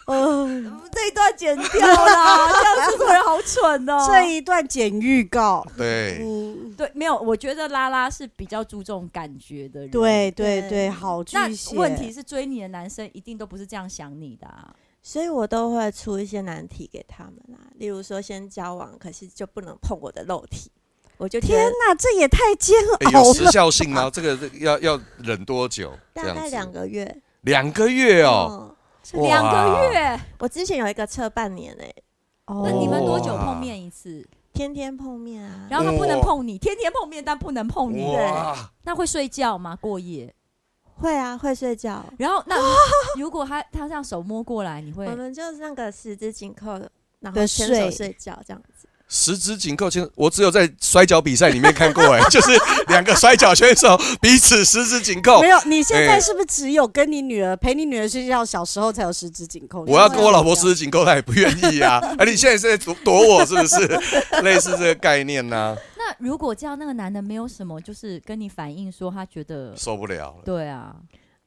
[SPEAKER 3] 嗯，
[SPEAKER 1] 这一段剪掉 啦，这样制作人好蠢哦。
[SPEAKER 3] 这一段剪预告，
[SPEAKER 4] 对，
[SPEAKER 3] 嗯，
[SPEAKER 1] 对没有，我觉得拉拉是比较注重感觉的人。
[SPEAKER 3] 对对
[SPEAKER 5] 对
[SPEAKER 3] 对，好
[SPEAKER 1] 那
[SPEAKER 3] 巨蟹。
[SPEAKER 1] 问题是追你的男生一定都不是这样想你的、啊，
[SPEAKER 5] 所以我都会出一些难题给他们啦，例如说先交往，可是就不能碰我的肉体，我就觉
[SPEAKER 3] 天
[SPEAKER 5] 得
[SPEAKER 3] 哪，这也太煎
[SPEAKER 4] 哎
[SPEAKER 3] 熬
[SPEAKER 4] 有时
[SPEAKER 3] 了。
[SPEAKER 4] 效性吗？这个要要忍多久？这
[SPEAKER 5] 大
[SPEAKER 4] 样
[SPEAKER 5] 概
[SPEAKER 4] 子
[SPEAKER 5] 两个月
[SPEAKER 4] 两个月哦，
[SPEAKER 5] 嗯
[SPEAKER 4] 哇
[SPEAKER 1] 两个月，
[SPEAKER 5] 我之前有一个测半年诶、
[SPEAKER 1] 那你们多久
[SPEAKER 4] 哇
[SPEAKER 1] 碰面一次？
[SPEAKER 5] 天天碰面啊，
[SPEAKER 1] 然后他不能
[SPEAKER 4] 哇
[SPEAKER 1] 碰你，天天碰面，但不能碰你。
[SPEAKER 4] 哇，
[SPEAKER 1] 那会睡觉吗？过夜？
[SPEAKER 5] 会啊会睡觉，
[SPEAKER 1] 然后 那如果他他这样手摸过来，你会
[SPEAKER 5] 我
[SPEAKER 3] 嗯
[SPEAKER 5] 们就是那个十指紧扣，然后
[SPEAKER 3] 的
[SPEAKER 5] 牵
[SPEAKER 3] 睡
[SPEAKER 5] 手睡觉这样子。
[SPEAKER 4] 十指紧扣，其实我只有在摔跤比赛里面看过，哎， 就是两个摔跤选手彼此十指紧扣
[SPEAKER 3] 没。有，你现在
[SPEAKER 4] 哎
[SPEAKER 3] 是不是只有跟你女儿陪你女儿睡觉，小时候才有十指紧扣？
[SPEAKER 4] 我要跟我老婆
[SPEAKER 3] 是
[SPEAKER 4] 十指紧扣，她也不愿意啊。而你现在是在躲躲我，是不 是？类似这个概念呢、
[SPEAKER 1] 那如果这样，那个男的没有什么，就是跟你反映说他觉得
[SPEAKER 4] 受不了了，
[SPEAKER 1] 对啊，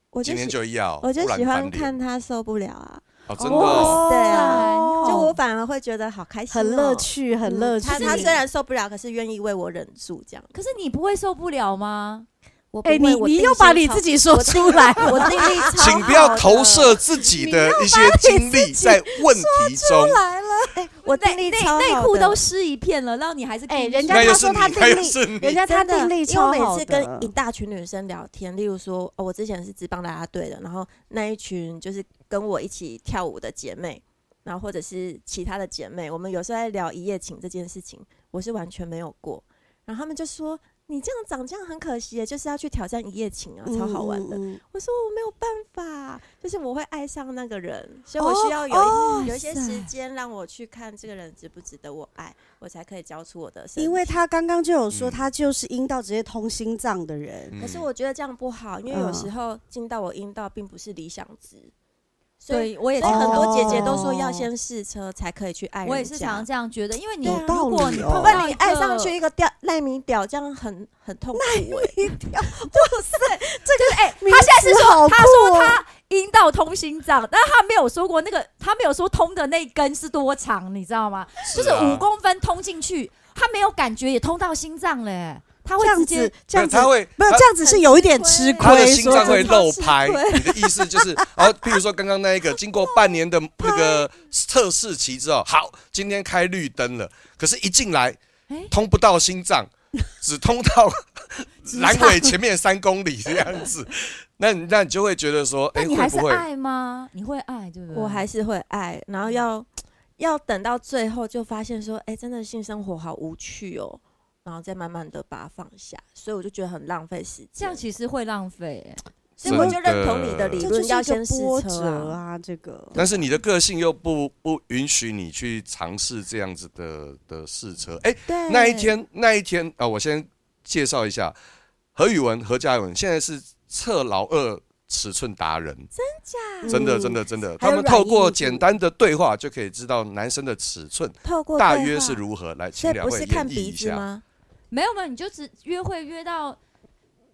[SPEAKER 5] 我就
[SPEAKER 4] 今天
[SPEAKER 5] 喜
[SPEAKER 4] 就要，
[SPEAKER 5] 我就
[SPEAKER 4] 不然
[SPEAKER 5] 喜欢
[SPEAKER 4] 翻脸
[SPEAKER 5] 看他受不了啊，
[SPEAKER 4] 哦，真的
[SPEAKER 1] 哇
[SPEAKER 4] 哦、
[SPEAKER 5] 对啊
[SPEAKER 1] 哦
[SPEAKER 5] 就我反而会觉得好开心哦、
[SPEAKER 3] 很乐趣，很乐
[SPEAKER 5] 嗯
[SPEAKER 3] 趣。
[SPEAKER 5] 他他
[SPEAKER 1] 是
[SPEAKER 5] 虽然受不了，可是愿意为我忍住这样。
[SPEAKER 1] 可是你不会受不了吗？
[SPEAKER 5] 我不
[SPEAKER 3] 哎，
[SPEAKER 5] 会
[SPEAKER 3] 你
[SPEAKER 5] 我
[SPEAKER 3] 你
[SPEAKER 5] 定
[SPEAKER 3] 又
[SPEAKER 5] 心
[SPEAKER 3] 把你
[SPEAKER 5] 超
[SPEAKER 3] 自己说出来，
[SPEAKER 5] 我定力超好的
[SPEAKER 4] 请不要投射。自己的一些经历在问题中。
[SPEAKER 5] 我
[SPEAKER 1] 内
[SPEAKER 5] 定
[SPEAKER 1] 内
[SPEAKER 5] 力超好的
[SPEAKER 1] 内裤都湿一片了，让你还是可以
[SPEAKER 3] 哎人家
[SPEAKER 4] 那又
[SPEAKER 3] 他
[SPEAKER 4] 是
[SPEAKER 3] 说他
[SPEAKER 4] 你，那又
[SPEAKER 3] 定力
[SPEAKER 4] 是你，
[SPEAKER 3] 人家哎他
[SPEAKER 5] 真的
[SPEAKER 3] 定力
[SPEAKER 5] 因为我
[SPEAKER 3] 超好
[SPEAKER 5] 每次
[SPEAKER 3] 的
[SPEAKER 5] 跟一。大群女生聊天，例如说，哦，我之前是职棒啦啦队的，然后那一群就是跟我一起跳舞的姐妹，然后或者是其他的姐妹，我们有时候在聊一夜情这件事情，我是完全没有过。然后他们就说：“你这样长这样很可惜耶，就是要去挑战一夜情啊，超好玩的。
[SPEAKER 3] 嗯嗯嗯
[SPEAKER 5] 我说我没有办法，就是我会爱上那个人，所以
[SPEAKER 3] 哦
[SPEAKER 5] 我需要有一、
[SPEAKER 3] 哦
[SPEAKER 5] 有一些
[SPEAKER 1] 塞
[SPEAKER 5] 时间让我去看这个人值不值得我爱，我才可以交出我的身体。
[SPEAKER 3] 因为他刚刚就有说，
[SPEAKER 4] 嗯
[SPEAKER 3] 他就是阴道直接通心脏的人。
[SPEAKER 4] 嗯
[SPEAKER 5] 可是我觉得这样不好，因为有时候进到我阴道并不是理想值，所以
[SPEAKER 1] 对我也
[SPEAKER 5] 所以
[SPEAKER 1] 常
[SPEAKER 5] 很
[SPEAKER 1] 常
[SPEAKER 5] 多姐姐都说
[SPEAKER 4] 哦
[SPEAKER 5] 要先试车才可以去爱人家。
[SPEAKER 1] 我也是常常这样觉得，因为你
[SPEAKER 3] 有
[SPEAKER 1] 如
[SPEAKER 3] 道
[SPEAKER 1] 果
[SPEAKER 3] 理
[SPEAKER 1] 你
[SPEAKER 3] 哦
[SPEAKER 1] 碰
[SPEAKER 5] 不然
[SPEAKER 1] 到
[SPEAKER 5] 你
[SPEAKER 1] 一
[SPEAKER 5] 爱
[SPEAKER 1] 个
[SPEAKER 5] 上去，一个掉赖米屌，这样很很痛苦、欸。
[SPEAKER 1] 就是哎，
[SPEAKER 3] 名
[SPEAKER 1] 他现在是
[SPEAKER 3] 字
[SPEAKER 1] 说
[SPEAKER 3] 好
[SPEAKER 1] 他说
[SPEAKER 3] 酷哦
[SPEAKER 1] 他阴道通心脏，但他没有说过那个他没有说通的那一根是多长，你知道吗？就是
[SPEAKER 4] 啊
[SPEAKER 1] 五公分通进去，他没有感觉也通到心脏嘞，他会
[SPEAKER 3] 这样
[SPEAKER 1] 直接
[SPEAKER 3] 子，这样子
[SPEAKER 4] 他会
[SPEAKER 3] 没有
[SPEAKER 4] 他
[SPEAKER 3] 这样子是有一点吃
[SPEAKER 4] 他的
[SPEAKER 3] 亏，
[SPEAKER 4] 心脏
[SPEAKER 3] 说
[SPEAKER 4] 会
[SPEAKER 3] 真的
[SPEAKER 4] 漏拍。你的意思就是，然后譬如说刚刚那一个，经过半年的那个测试期之后，好，今天开绿灯了，可是一进来
[SPEAKER 1] 哎
[SPEAKER 4] 通不到心脏，只通 到阑尾前面三公里这样子，那你那你就会觉得说，哎，
[SPEAKER 1] 但你
[SPEAKER 4] 会
[SPEAKER 1] 还是
[SPEAKER 4] 不会？
[SPEAKER 1] 爱吗？你会爱对不对？
[SPEAKER 5] 我还是会爱，然
[SPEAKER 4] 嗯
[SPEAKER 5] 后要要等到最后就发现说，哎、真的性生活好无趣哦，然后再慢慢的把它放下，所以我就觉得很浪费时
[SPEAKER 1] 这
[SPEAKER 5] 间
[SPEAKER 1] 样，。其实会浪费、欸。
[SPEAKER 5] 所以我
[SPEAKER 4] 真
[SPEAKER 5] 就认同你的
[SPEAKER 4] 的
[SPEAKER 5] 理
[SPEAKER 3] 这
[SPEAKER 5] 论，要
[SPEAKER 3] 就是一
[SPEAKER 5] 先
[SPEAKER 3] 个
[SPEAKER 5] 试
[SPEAKER 3] 波
[SPEAKER 5] 车
[SPEAKER 3] 折
[SPEAKER 5] 啊。
[SPEAKER 3] 啊，这个。
[SPEAKER 4] 但是你的个性又不不允许你去尝试这样子的的试车。哎、
[SPEAKER 5] 对，
[SPEAKER 4] 那一天那一天啊、我先介绍一下何宇文、何嘉文，现在是测老二尺寸达人，真的
[SPEAKER 3] 嗯
[SPEAKER 4] 真的真的，
[SPEAKER 5] 还有
[SPEAKER 4] 他们透
[SPEAKER 5] 软
[SPEAKER 4] 过
[SPEAKER 5] 硬度
[SPEAKER 4] 简单的对话就可以知道男生的尺寸
[SPEAKER 5] 透过
[SPEAKER 4] 大
[SPEAKER 5] 对
[SPEAKER 4] 约
[SPEAKER 5] 话
[SPEAKER 4] 是如何。来，
[SPEAKER 5] 所
[SPEAKER 4] 请
[SPEAKER 5] 以
[SPEAKER 4] 两
[SPEAKER 5] 不
[SPEAKER 4] 位
[SPEAKER 5] 是
[SPEAKER 4] 演
[SPEAKER 5] 看
[SPEAKER 4] 绎
[SPEAKER 5] 鼻
[SPEAKER 4] 一
[SPEAKER 5] 子
[SPEAKER 4] 下。
[SPEAKER 5] 吗？
[SPEAKER 1] 没有没有，你就只约会约到，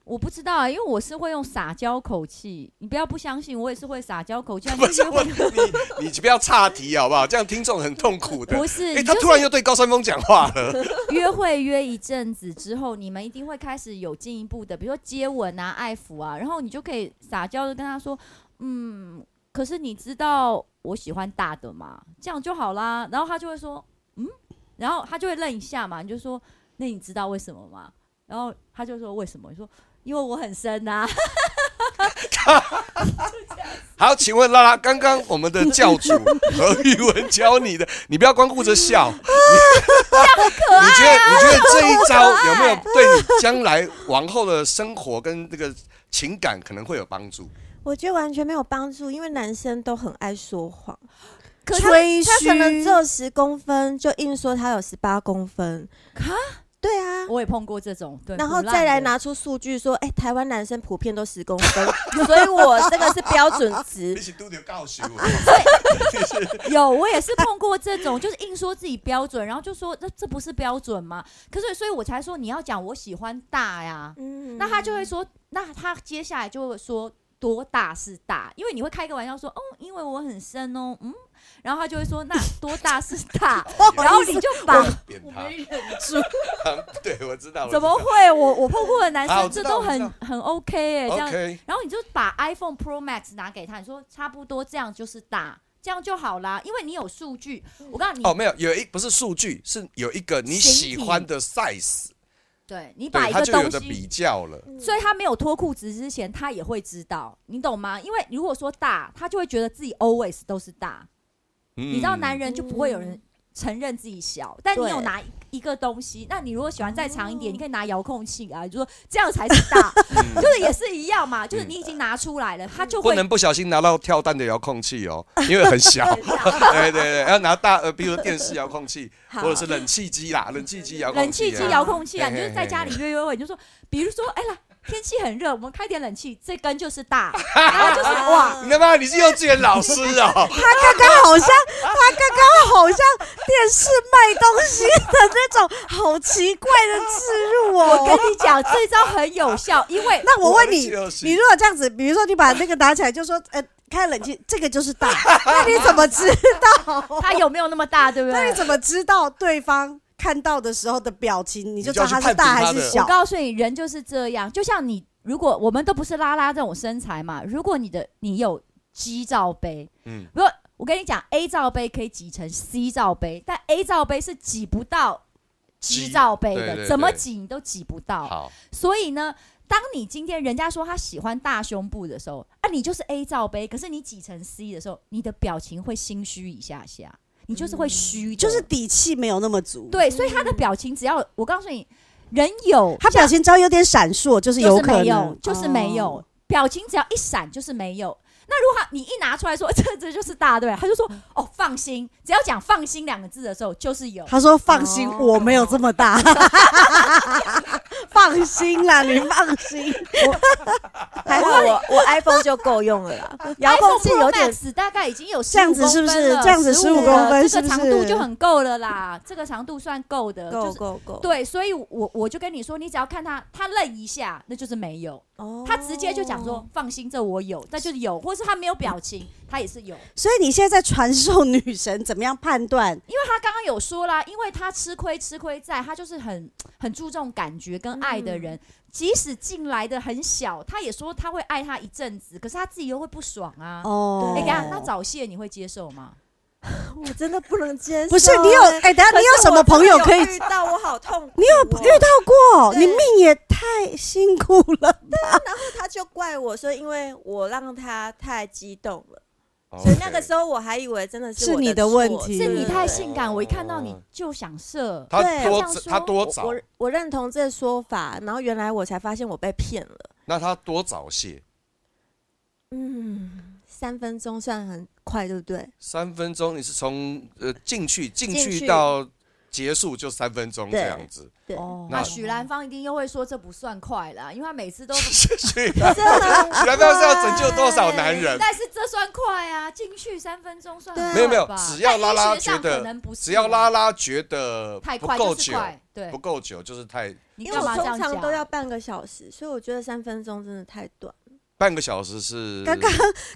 [SPEAKER 1] 我不知道啊、因为我是会用撒娇口气，你不要不相信，我也是会撒娇口气。但
[SPEAKER 4] 不是
[SPEAKER 1] 约
[SPEAKER 4] 我，
[SPEAKER 1] 会
[SPEAKER 4] 你 你不要岔题好不好？这样听众很痛苦的。
[SPEAKER 1] 不是，
[SPEAKER 4] 哎、
[SPEAKER 1] 你
[SPEAKER 4] 他
[SPEAKER 1] 就
[SPEAKER 4] 突然又对高山峰讲话了。
[SPEAKER 1] 约会约一阵子之后，你们一定会开始有进一步的，比如说接吻啊、爱抚啊，然后你就可以撒娇的跟他说，嗯，可是你知道我喜欢大的嘛，这样就好啦。然后他就会说，嗯，然后他就会愣一下嘛，你就说，那你知道为什么吗？然后他就说为什么？你说因为我很深呐、啊，
[SPEAKER 4] 好，请问拉拉，刚刚我们的教主何宇文教你的，你不要光顾 着笑，你觉得
[SPEAKER 1] 啊
[SPEAKER 4] 你觉得这一招有没有对你将来往后的生活跟这个情感可能会有帮 助？
[SPEAKER 5] 我觉得完全没有帮助，因为男生都很爱说谎，
[SPEAKER 1] 可是
[SPEAKER 3] 吹
[SPEAKER 5] 他
[SPEAKER 3] 嘘
[SPEAKER 5] 可能只有十公分，就硬说他有十八公分。
[SPEAKER 1] 啊，
[SPEAKER 5] 对啊。
[SPEAKER 1] 我也碰过这种，对，
[SPEAKER 5] 然
[SPEAKER 1] 腐
[SPEAKER 5] 后
[SPEAKER 1] 烂
[SPEAKER 5] 再来
[SPEAKER 1] 的
[SPEAKER 5] 拿出数据说，哎、台湾男生普遍都十公分， 所以我这个是标准值 嗯
[SPEAKER 4] 你。是都得告诉 我，
[SPEAKER 1] 有，我也是碰过这种，就是硬说自己标准，然后就说那这不是标准吗？可是所以我才说你要讲我喜欢大呀，
[SPEAKER 5] 嗯
[SPEAKER 1] 那他就会说，那他接下来就会说多大是大，因为你会开个玩笑说，哦，因为我很深哦，嗯，然后他就会 说那多大是大，然后你就把
[SPEAKER 4] 扁
[SPEAKER 1] 我
[SPEAKER 4] 他
[SPEAKER 1] 没，
[SPEAKER 4] 对我知道，
[SPEAKER 1] 怎么会我我碰过的男
[SPEAKER 4] 啊我
[SPEAKER 1] 生
[SPEAKER 4] 知
[SPEAKER 1] 这
[SPEAKER 4] 道
[SPEAKER 1] 都
[SPEAKER 4] 我知
[SPEAKER 1] 很
[SPEAKER 4] 道
[SPEAKER 1] 很 OK 哎、这样
[SPEAKER 4] OK？
[SPEAKER 1] 然后你就把 iPhone Pro Max 拿给他，你说差不多这样就是大，这样就好啦，因为你有数据。我告诉你，
[SPEAKER 4] 哦，没有，有一不是数据，是有一个你喜
[SPEAKER 1] 形体
[SPEAKER 4] 欢的 size，
[SPEAKER 1] 对你把
[SPEAKER 4] 对，
[SPEAKER 1] 一
[SPEAKER 4] 它
[SPEAKER 1] 个
[SPEAKER 4] 就有
[SPEAKER 1] 东
[SPEAKER 4] 的
[SPEAKER 1] 西
[SPEAKER 4] 比较了。
[SPEAKER 5] 嗯
[SPEAKER 1] 所以他没有脱裤子之前，他也会知道，你懂吗？因为如果说大，他就会觉得自己 always 都是大。
[SPEAKER 4] 你
[SPEAKER 1] 你知道，男人就不会有人承认自己小，但你
[SPEAKER 5] 对
[SPEAKER 1] 有拿一个东西，那你如果喜欢再长一点，你可以拿遥控器啊，就说这样才是大，
[SPEAKER 4] 嗯
[SPEAKER 1] 就是也是一样嘛，就是你已经拿出来了，他就
[SPEAKER 4] 不
[SPEAKER 1] 会
[SPEAKER 4] 能不小心拿到跳蛋的遥控器哦，因为很小。对对对，要拿大呃，比如说电视遥控器，
[SPEAKER 5] 好
[SPEAKER 4] 或者是冷气机啦，冷气机遥控器啊。
[SPEAKER 1] 冷气机遥控器啊，
[SPEAKER 4] 嘿
[SPEAKER 1] 你
[SPEAKER 4] 嘿
[SPEAKER 1] 就是在家里约约会，你就说，比如说，哎啦，天气很热，我们开点冷气，这根就是 大，然后就是哇，
[SPEAKER 4] 你他妈你是幼稚园老师哦！
[SPEAKER 3] 他刚刚好像，他刚刚好像电视卖东西的那种好奇怪的植入
[SPEAKER 1] 我跟
[SPEAKER 3] 哦。
[SPEAKER 1] 你讲，这招很有 效，因为
[SPEAKER 3] 那我问你
[SPEAKER 4] 我就是，
[SPEAKER 3] 你如果这样子，比如说你把那个拿起来，就说，呃，开冷气，这个就是 大，那你怎么知道？
[SPEAKER 1] 它有没有那么大，对不
[SPEAKER 3] 那
[SPEAKER 1] 对
[SPEAKER 3] 你？怎么知道对方看到的时候的表情，你就知道他是大还是
[SPEAKER 1] 我
[SPEAKER 3] 小？
[SPEAKER 1] 告诉你，人就是这样，就像你，如果我们都不是拉拉这种身材嘛，如果你的你有鸡罩杯，
[SPEAKER 4] 嗯
[SPEAKER 1] 嗯，如果我跟你讲，A 罩杯可以挤成 C 罩杯，但 A 罩杯是挤不到
[SPEAKER 4] G，
[SPEAKER 1] 鸡罩杯
[SPEAKER 4] 对对
[SPEAKER 1] 的，
[SPEAKER 4] 对
[SPEAKER 1] 怎么挤你都挤不到。
[SPEAKER 4] 好，
[SPEAKER 1] 所以呢，当你今天人家说他喜欢大胸部的时候，啊，你就是 A 罩杯，可是你挤成 C 的时候，你的表情会心虚一下下，你就是会虚的，
[SPEAKER 3] 就是底气没有那么足。，
[SPEAKER 1] 对，所以他的表情只要我告诉你，人有
[SPEAKER 3] 他表情只要有点闪烁，就是
[SPEAKER 1] 就是
[SPEAKER 3] 可
[SPEAKER 1] 没有
[SPEAKER 3] 能，，
[SPEAKER 1] 就是没有、
[SPEAKER 3] 哦
[SPEAKER 1] 表情，只要一闪就是没有。那如果他你一拿出来说 这这就是大对吧，他就说哦放心，只要讲放心两个字的时候就是有。
[SPEAKER 3] 他说：“放心，
[SPEAKER 5] 哦
[SPEAKER 3] 我没有这么大。放心啦，你放心。
[SPEAKER 5] 还好我我 iPhone 就够用了啦，遥控
[SPEAKER 1] iPhone
[SPEAKER 5] 器
[SPEAKER 1] Pro
[SPEAKER 5] 有点
[SPEAKER 1] Max 大概已经有
[SPEAKER 3] 这样子是不是这样子
[SPEAKER 1] 15
[SPEAKER 3] 15公分
[SPEAKER 1] 了
[SPEAKER 3] 是
[SPEAKER 1] 这个
[SPEAKER 3] 不是
[SPEAKER 1] 长度就很够了啦，这个长度算够的，
[SPEAKER 5] 够
[SPEAKER 1] 就是
[SPEAKER 5] 够够，
[SPEAKER 1] 对，所以我我就跟你说，你只要看他，他愣一下，那就是没有，
[SPEAKER 5] 哦，
[SPEAKER 1] 他直接就讲
[SPEAKER 3] 哦
[SPEAKER 1] 说放心，这我有，那就是有，或是他没有表情，他也是有。
[SPEAKER 3] 所以你现在在传授女神怎么样判断？
[SPEAKER 1] 因为他刚刚有说啦，因为他吃亏吃亏在，他就是很很注重感觉跟爱的
[SPEAKER 3] 嗯
[SPEAKER 1] 人，即使进来的很小，他也说他会爱他一阵子，可是他自己又会不爽啊。
[SPEAKER 3] 哦
[SPEAKER 1] 哎、
[SPEAKER 5] 对
[SPEAKER 1] 等一下，那早泄你会接受吗？
[SPEAKER 5] 我真的不能接受欸。
[SPEAKER 3] 不是你有哎、等一下
[SPEAKER 5] 可
[SPEAKER 3] 你
[SPEAKER 5] 是
[SPEAKER 3] 有什么朋友可以
[SPEAKER 5] 我真的有遇到？我好痛苦哦，
[SPEAKER 3] 你有遇到过？
[SPEAKER 5] 对
[SPEAKER 3] 你命也太辛苦了。
[SPEAKER 5] 他就怪我说，因为我让他太激动了，所
[SPEAKER 4] 所
[SPEAKER 5] 以那个时候我还以为真的
[SPEAKER 3] 是
[SPEAKER 5] 我
[SPEAKER 3] 你的
[SPEAKER 5] 错
[SPEAKER 3] 问题
[SPEAKER 1] 是你
[SPEAKER 5] 对
[SPEAKER 1] 太
[SPEAKER 5] 对
[SPEAKER 1] 性感，我一看到你就想射。
[SPEAKER 4] 他
[SPEAKER 5] 对
[SPEAKER 4] 多
[SPEAKER 1] 这样说
[SPEAKER 4] 他多
[SPEAKER 5] 我
[SPEAKER 4] 早，
[SPEAKER 5] 我我认同这说法，然后原来我才发现我被骗了。
[SPEAKER 4] 那他多早泄？
[SPEAKER 5] 嗯，三分钟算很快，对不对？
[SPEAKER 4] 三分钟，你是从呃进去进
[SPEAKER 5] 进
[SPEAKER 4] 去
[SPEAKER 5] 去
[SPEAKER 4] 到结束就三分钟这
[SPEAKER 5] 对
[SPEAKER 4] 样子。
[SPEAKER 5] 对，
[SPEAKER 1] 哦，
[SPEAKER 4] 那
[SPEAKER 1] 那许兰芳一定又会说这不算快啦，因为她每次都，
[SPEAKER 4] 许
[SPEAKER 5] 真的
[SPEAKER 4] 许兰芳是要拯救多少男人？
[SPEAKER 1] 但是这算快啊，进去三分钟算很
[SPEAKER 5] 没有
[SPEAKER 4] 没有
[SPEAKER 1] 快吧
[SPEAKER 4] 只要拉拉
[SPEAKER 1] 但医学上
[SPEAKER 4] 觉得
[SPEAKER 1] 可能不是
[SPEAKER 4] 只要
[SPEAKER 1] 啊
[SPEAKER 4] 拉拉觉得
[SPEAKER 1] 太
[SPEAKER 4] 不
[SPEAKER 1] 快
[SPEAKER 4] 够
[SPEAKER 1] 就是
[SPEAKER 4] 久，
[SPEAKER 1] 快，对
[SPEAKER 4] 不，够久就是太
[SPEAKER 1] 你
[SPEAKER 5] 因为
[SPEAKER 1] 干
[SPEAKER 5] 我
[SPEAKER 1] 嘛这样
[SPEAKER 5] 通
[SPEAKER 1] 讲
[SPEAKER 5] 常？都要半个小时，所以我觉得三分钟真的太短。
[SPEAKER 4] 半个小时是
[SPEAKER 3] 刚刚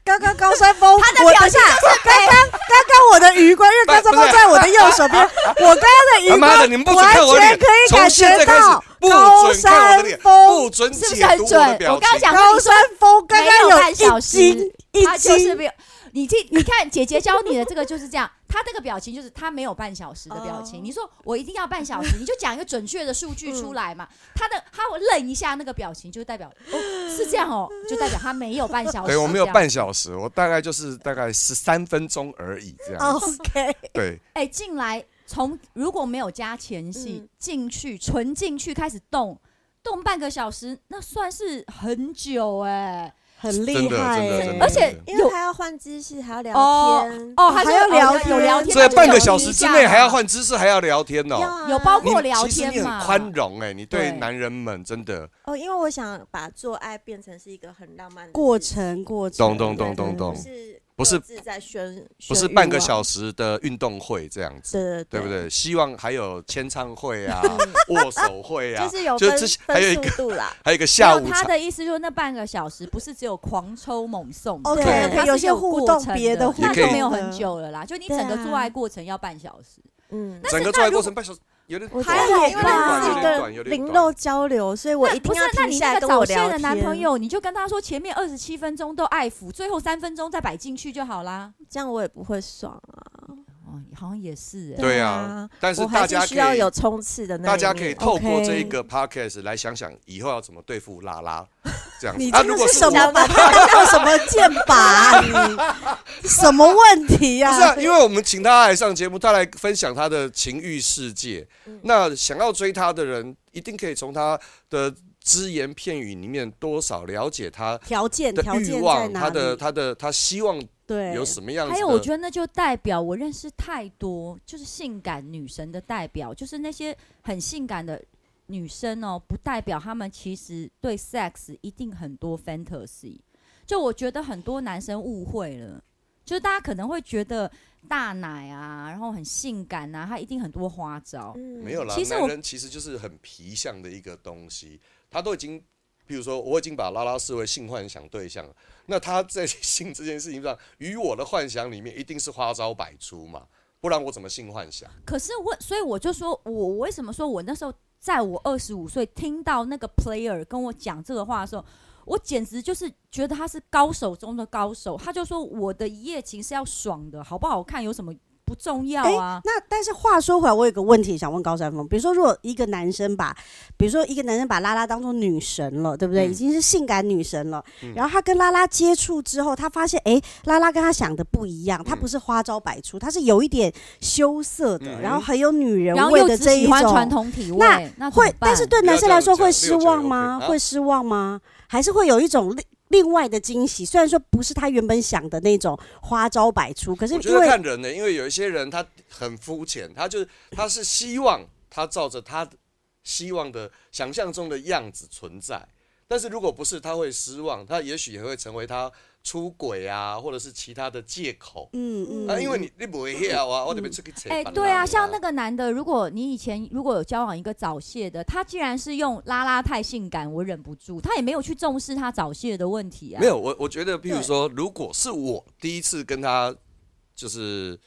[SPEAKER 3] 刚刚高山 峰，我的
[SPEAKER 1] 表情
[SPEAKER 3] 刚刚刚刚我的余光，因为高山
[SPEAKER 4] 不是
[SPEAKER 3] 峰在我的右手边，我刚刚的余
[SPEAKER 4] 他
[SPEAKER 3] 光
[SPEAKER 4] 妈的，你们不准
[SPEAKER 3] 完
[SPEAKER 4] 看我
[SPEAKER 3] 全
[SPEAKER 4] 脸
[SPEAKER 3] 可，以
[SPEAKER 4] 从
[SPEAKER 3] 感
[SPEAKER 4] 现
[SPEAKER 3] 觉
[SPEAKER 4] 在开始
[SPEAKER 3] 到
[SPEAKER 4] 不
[SPEAKER 3] 高
[SPEAKER 4] 准看我
[SPEAKER 3] 山
[SPEAKER 4] 的脸，
[SPEAKER 3] 峰
[SPEAKER 4] 不准
[SPEAKER 1] 是不
[SPEAKER 4] 解
[SPEAKER 1] 是很
[SPEAKER 4] 读我
[SPEAKER 1] 准
[SPEAKER 4] 的？表
[SPEAKER 1] 我刚刚
[SPEAKER 4] 情。
[SPEAKER 1] 讲
[SPEAKER 3] 高
[SPEAKER 1] 说
[SPEAKER 3] 山峰刚
[SPEAKER 1] 没有
[SPEAKER 3] 刚
[SPEAKER 1] 半
[SPEAKER 3] 一
[SPEAKER 1] 小
[SPEAKER 3] 斤
[SPEAKER 1] 时
[SPEAKER 3] 一
[SPEAKER 1] 你他就是
[SPEAKER 3] 斤
[SPEAKER 1] 没有，你这你看姐姐教你的这个就是这样，她那个表情就是她没有半小时的表情。
[SPEAKER 5] 哦
[SPEAKER 1] 你说我一定要半小时，你就讲一个准确的数据
[SPEAKER 4] 嗯
[SPEAKER 1] 出来嘛。她的她我愣一下那个表情，就代表哦是这样哦，就代表她没有半小时。
[SPEAKER 4] 对，我没有
[SPEAKER 1] 这样。
[SPEAKER 4] 半小时，我大概就是大概十三分钟而已这
[SPEAKER 1] 哦
[SPEAKER 4] 样子。
[SPEAKER 3] ，OK，
[SPEAKER 4] 对，
[SPEAKER 1] 哎，进来从如果没有加前戏
[SPEAKER 5] 嗯
[SPEAKER 1] 进去，纯进去开始动。动半个小时，那算是很久哎、
[SPEAKER 3] 很
[SPEAKER 4] 真
[SPEAKER 3] 厉
[SPEAKER 4] 的
[SPEAKER 3] 害欸
[SPEAKER 4] 真的
[SPEAKER 3] 耶
[SPEAKER 4] 真。的。
[SPEAKER 1] 而且
[SPEAKER 5] 因为
[SPEAKER 1] 有
[SPEAKER 5] 还要换姿势，还要聊
[SPEAKER 1] 哦
[SPEAKER 5] 天，
[SPEAKER 1] 哦，还
[SPEAKER 3] 还
[SPEAKER 1] 是
[SPEAKER 3] 要
[SPEAKER 1] 有
[SPEAKER 3] 聊
[SPEAKER 1] 有聊
[SPEAKER 3] 天
[SPEAKER 1] 天，
[SPEAKER 4] 这
[SPEAKER 1] 就
[SPEAKER 4] 半个
[SPEAKER 1] 有
[SPEAKER 4] 小
[SPEAKER 1] 一
[SPEAKER 4] 时之
[SPEAKER 1] 下
[SPEAKER 4] 内还要
[SPEAKER 1] 嘛
[SPEAKER 4] 换姿势，还要聊天
[SPEAKER 5] 要
[SPEAKER 4] 哦。
[SPEAKER 5] 啊
[SPEAKER 1] 有包括
[SPEAKER 4] 你
[SPEAKER 1] 聊
[SPEAKER 4] 其实
[SPEAKER 1] 天
[SPEAKER 4] 你很
[SPEAKER 1] 嘛
[SPEAKER 4] 宽容哎，你对
[SPEAKER 1] 对
[SPEAKER 4] 男人们真的
[SPEAKER 5] 哦，因为我想把做爱变成是一个很浪漫的
[SPEAKER 3] 过
[SPEAKER 5] 事
[SPEAKER 3] 程过程，
[SPEAKER 4] 懂懂懂懂懂
[SPEAKER 5] 不是
[SPEAKER 4] 不是
[SPEAKER 5] 各自在宣，
[SPEAKER 1] 啊
[SPEAKER 4] 不是
[SPEAKER 5] 炫
[SPEAKER 4] 半个
[SPEAKER 5] 欲望
[SPEAKER 4] 小时的运动会这样子，
[SPEAKER 5] 对
[SPEAKER 4] 对
[SPEAKER 5] 对
[SPEAKER 4] 不？对？希望还有签唱会啊、
[SPEAKER 1] 嗯
[SPEAKER 4] 握手会啊
[SPEAKER 5] 就，是有
[SPEAKER 4] 就
[SPEAKER 5] 分
[SPEAKER 4] 之前还有一
[SPEAKER 5] 分
[SPEAKER 4] 个
[SPEAKER 5] 速度啦，
[SPEAKER 4] 还有一个
[SPEAKER 1] 没
[SPEAKER 4] 下
[SPEAKER 1] 有
[SPEAKER 4] 午
[SPEAKER 1] 他
[SPEAKER 4] 茶。
[SPEAKER 1] 的意思就是那半个小时不是只有狂抽猛送的
[SPEAKER 3] OK，
[SPEAKER 1] 对
[SPEAKER 5] OK，
[SPEAKER 1] 它是
[SPEAKER 3] 哦有些互
[SPEAKER 1] 过
[SPEAKER 3] 动
[SPEAKER 1] 程嗯啊
[SPEAKER 3] 别的互
[SPEAKER 1] 那就
[SPEAKER 4] 动
[SPEAKER 1] 没有
[SPEAKER 3] 的
[SPEAKER 1] 很久了啦。就你
[SPEAKER 5] 对
[SPEAKER 1] 整个
[SPEAKER 5] 啊
[SPEAKER 1] 做爱过程要半小时，
[SPEAKER 5] 嗯，
[SPEAKER 4] 整个
[SPEAKER 1] 那
[SPEAKER 4] 做爱
[SPEAKER 1] 如果
[SPEAKER 4] 过程半小时，有点
[SPEAKER 5] 我
[SPEAKER 4] 短
[SPEAKER 5] 觉得
[SPEAKER 3] 还好
[SPEAKER 5] 因为那
[SPEAKER 3] 吧
[SPEAKER 5] 是
[SPEAKER 4] 有
[SPEAKER 5] 一
[SPEAKER 4] 点短，有
[SPEAKER 5] 个
[SPEAKER 4] 点
[SPEAKER 5] 零
[SPEAKER 4] 短。
[SPEAKER 5] 肉交流，所以我一定
[SPEAKER 1] 不是
[SPEAKER 5] 要，
[SPEAKER 1] 那
[SPEAKER 5] 停
[SPEAKER 1] 你
[SPEAKER 5] 下
[SPEAKER 1] 那
[SPEAKER 5] 来
[SPEAKER 1] 个
[SPEAKER 5] 跟我
[SPEAKER 1] 早
[SPEAKER 5] 聊
[SPEAKER 1] 泄
[SPEAKER 5] 天。
[SPEAKER 1] 的男朋友，你就跟他说前面二十七分钟都爱抚，最后三分钟再摆进去就好啦。
[SPEAKER 5] 这样我也不会爽啊。
[SPEAKER 1] 哦，好像也是、欸，
[SPEAKER 4] 对啊
[SPEAKER 5] 啊，
[SPEAKER 4] 但是
[SPEAKER 5] 我
[SPEAKER 4] 大
[SPEAKER 5] 还
[SPEAKER 4] 家
[SPEAKER 5] 是需
[SPEAKER 4] 可
[SPEAKER 5] 要
[SPEAKER 4] 以
[SPEAKER 5] 有冲刺的那一
[SPEAKER 4] 大
[SPEAKER 5] 面。哦
[SPEAKER 4] 家可以透过
[SPEAKER 3] OK
[SPEAKER 4] 这一个 podcast 来想想以后要怎么对付拉拉这样子。
[SPEAKER 3] 你
[SPEAKER 4] 啊，
[SPEAKER 3] 这
[SPEAKER 4] 如
[SPEAKER 3] 个
[SPEAKER 4] 果
[SPEAKER 3] 是
[SPEAKER 4] 是
[SPEAKER 3] 什
[SPEAKER 4] 我
[SPEAKER 3] 么？把它当做什么剑拔、啊？ 你什么问题呀、
[SPEAKER 4] 不是、啊，因为我们请他来上节目，他来分享他的情欲世界。
[SPEAKER 3] 嗯
[SPEAKER 4] 那想要追他的人，一定可以从他的只言片语里面多少了解他
[SPEAKER 3] 条件
[SPEAKER 4] 的
[SPEAKER 3] 条
[SPEAKER 4] 欲
[SPEAKER 3] 件在
[SPEAKER 4] 望，
[SPEAKER 3] 哪
[SPEAKER 4] 他
[SPEAKER 3] 里？
[SPEAKER 4] 的他的他希望
[SPEAKER 3] 对，
[SPEAKER 4] 有什么样子的。
[SPEAKER 1] 还有，我觉得那就代表我认识太多，就是性感女神的代表，就是那些很性感的女生哦，不代表她们其实对 sex 一定很多 fantasy。就我觉得很多男生误会了，就是大家可能会觉得大奶啊，然后很性感啊，她一定很多花招。
[SPEAKER 5] 嗯
[SPEAKER 4] 没有啦，
[SPEAKER 1] 其实
[SPEAKER 4] 男
[SPEAKER 1] 我
[SPEAKER 4] 人其实就是很皮相的一个东西，他都已经，比如说我已经把拉拉视为性幻想对象了，那他在 性这件事情上，与我的幻想里面一定是花招百出嘛，不然我怎么性幻想？
[SPEAKER 1] 可是我，所以我就说我我为什么说我那时候在我二十五岁听到那个 player 跟我讲这个话的时候，我简直就是觉得他是高手中的高手。他就说我的一夜情是要爽的，好不好看有什么不重要啊？
[SPEAKER 3] 那但是话说回来，我有个问题想问高山峰，比如说，如果一个男生把，比如说一个男生把拉拉当做女神了，对不对？
[SPEAKER 4] 嗯
[SPEAKER 3] 已经是性感女神了。然后他跟拉拉接触之后，他发现，哎，拉拉跟他想的不一
[SPEAKER 4] 嗯
[SPEAKER 3] 样，他不是花招百出，他是有一点羞涩的，
[SPEAKER 4] 嗯
[SPEAKER 3] 然后很有女人
[SPEAKER 1] 然后
[SPEAKER 3] 味
[SPEAKER 1] 又
[SPEAKER 3] 的
[SPEAKER 1] 只
[SPEAKER 3] 这一
[SPEAKER 1] 喜欢传
[SPEAKER 3] 种。
[SPEAKER 1] 统体位，
[SPEAKER 3] 那
[SPEAKER 1] 那怎么
[SPEAKER 3] 会，
[SPEAKER 1] 办
[SPEAKER 3] 但是对
[SPEAKER 4] 不要
[SPEAKER 3] 男生来说
[SPEAKER 4] 这样讲
[SPEAKER 3] 会失望
[SPEAKER 4] 六九
[SPEAKER 3] 吗？
[SPEAKER 4] OK，啊
[SPEAKER 3] 会失望吗？还是会有一种另另外的惊喜？虽然说不是他原本想的那种花招百出，可是
[SPEAKER 4] 我觉
[SPEAKER 3] 因
[SPEAKER 4] 得
[SPEAKER 3] 为
[SPEAKER 4] 看人呢、因为有一些人他很肤浅，他就是他是希望他照着他希望的想象中的样子存在，但是如果不是，他会失望，他也许也会成为他出轨啊，或者是其他的借口。
[SPEAKER 3] 嗯嗯，
[SPEAKER 4] 啊，因为你你不会晓啊，我得边出去扯别
[SPEAKER 1] 哎、
[SPEAKER 4] 人啊。
[SPEAKER 1] 对啊，像那个男的，如果你以前如果有交往一个早泄的，他既然是用拉拉太性感，我忍不住，他也没有去重视他早泄的问题啊
[SPEAKER 4] 没。有我，我觉得，譬如说，如果是我第一次跟他， 就是，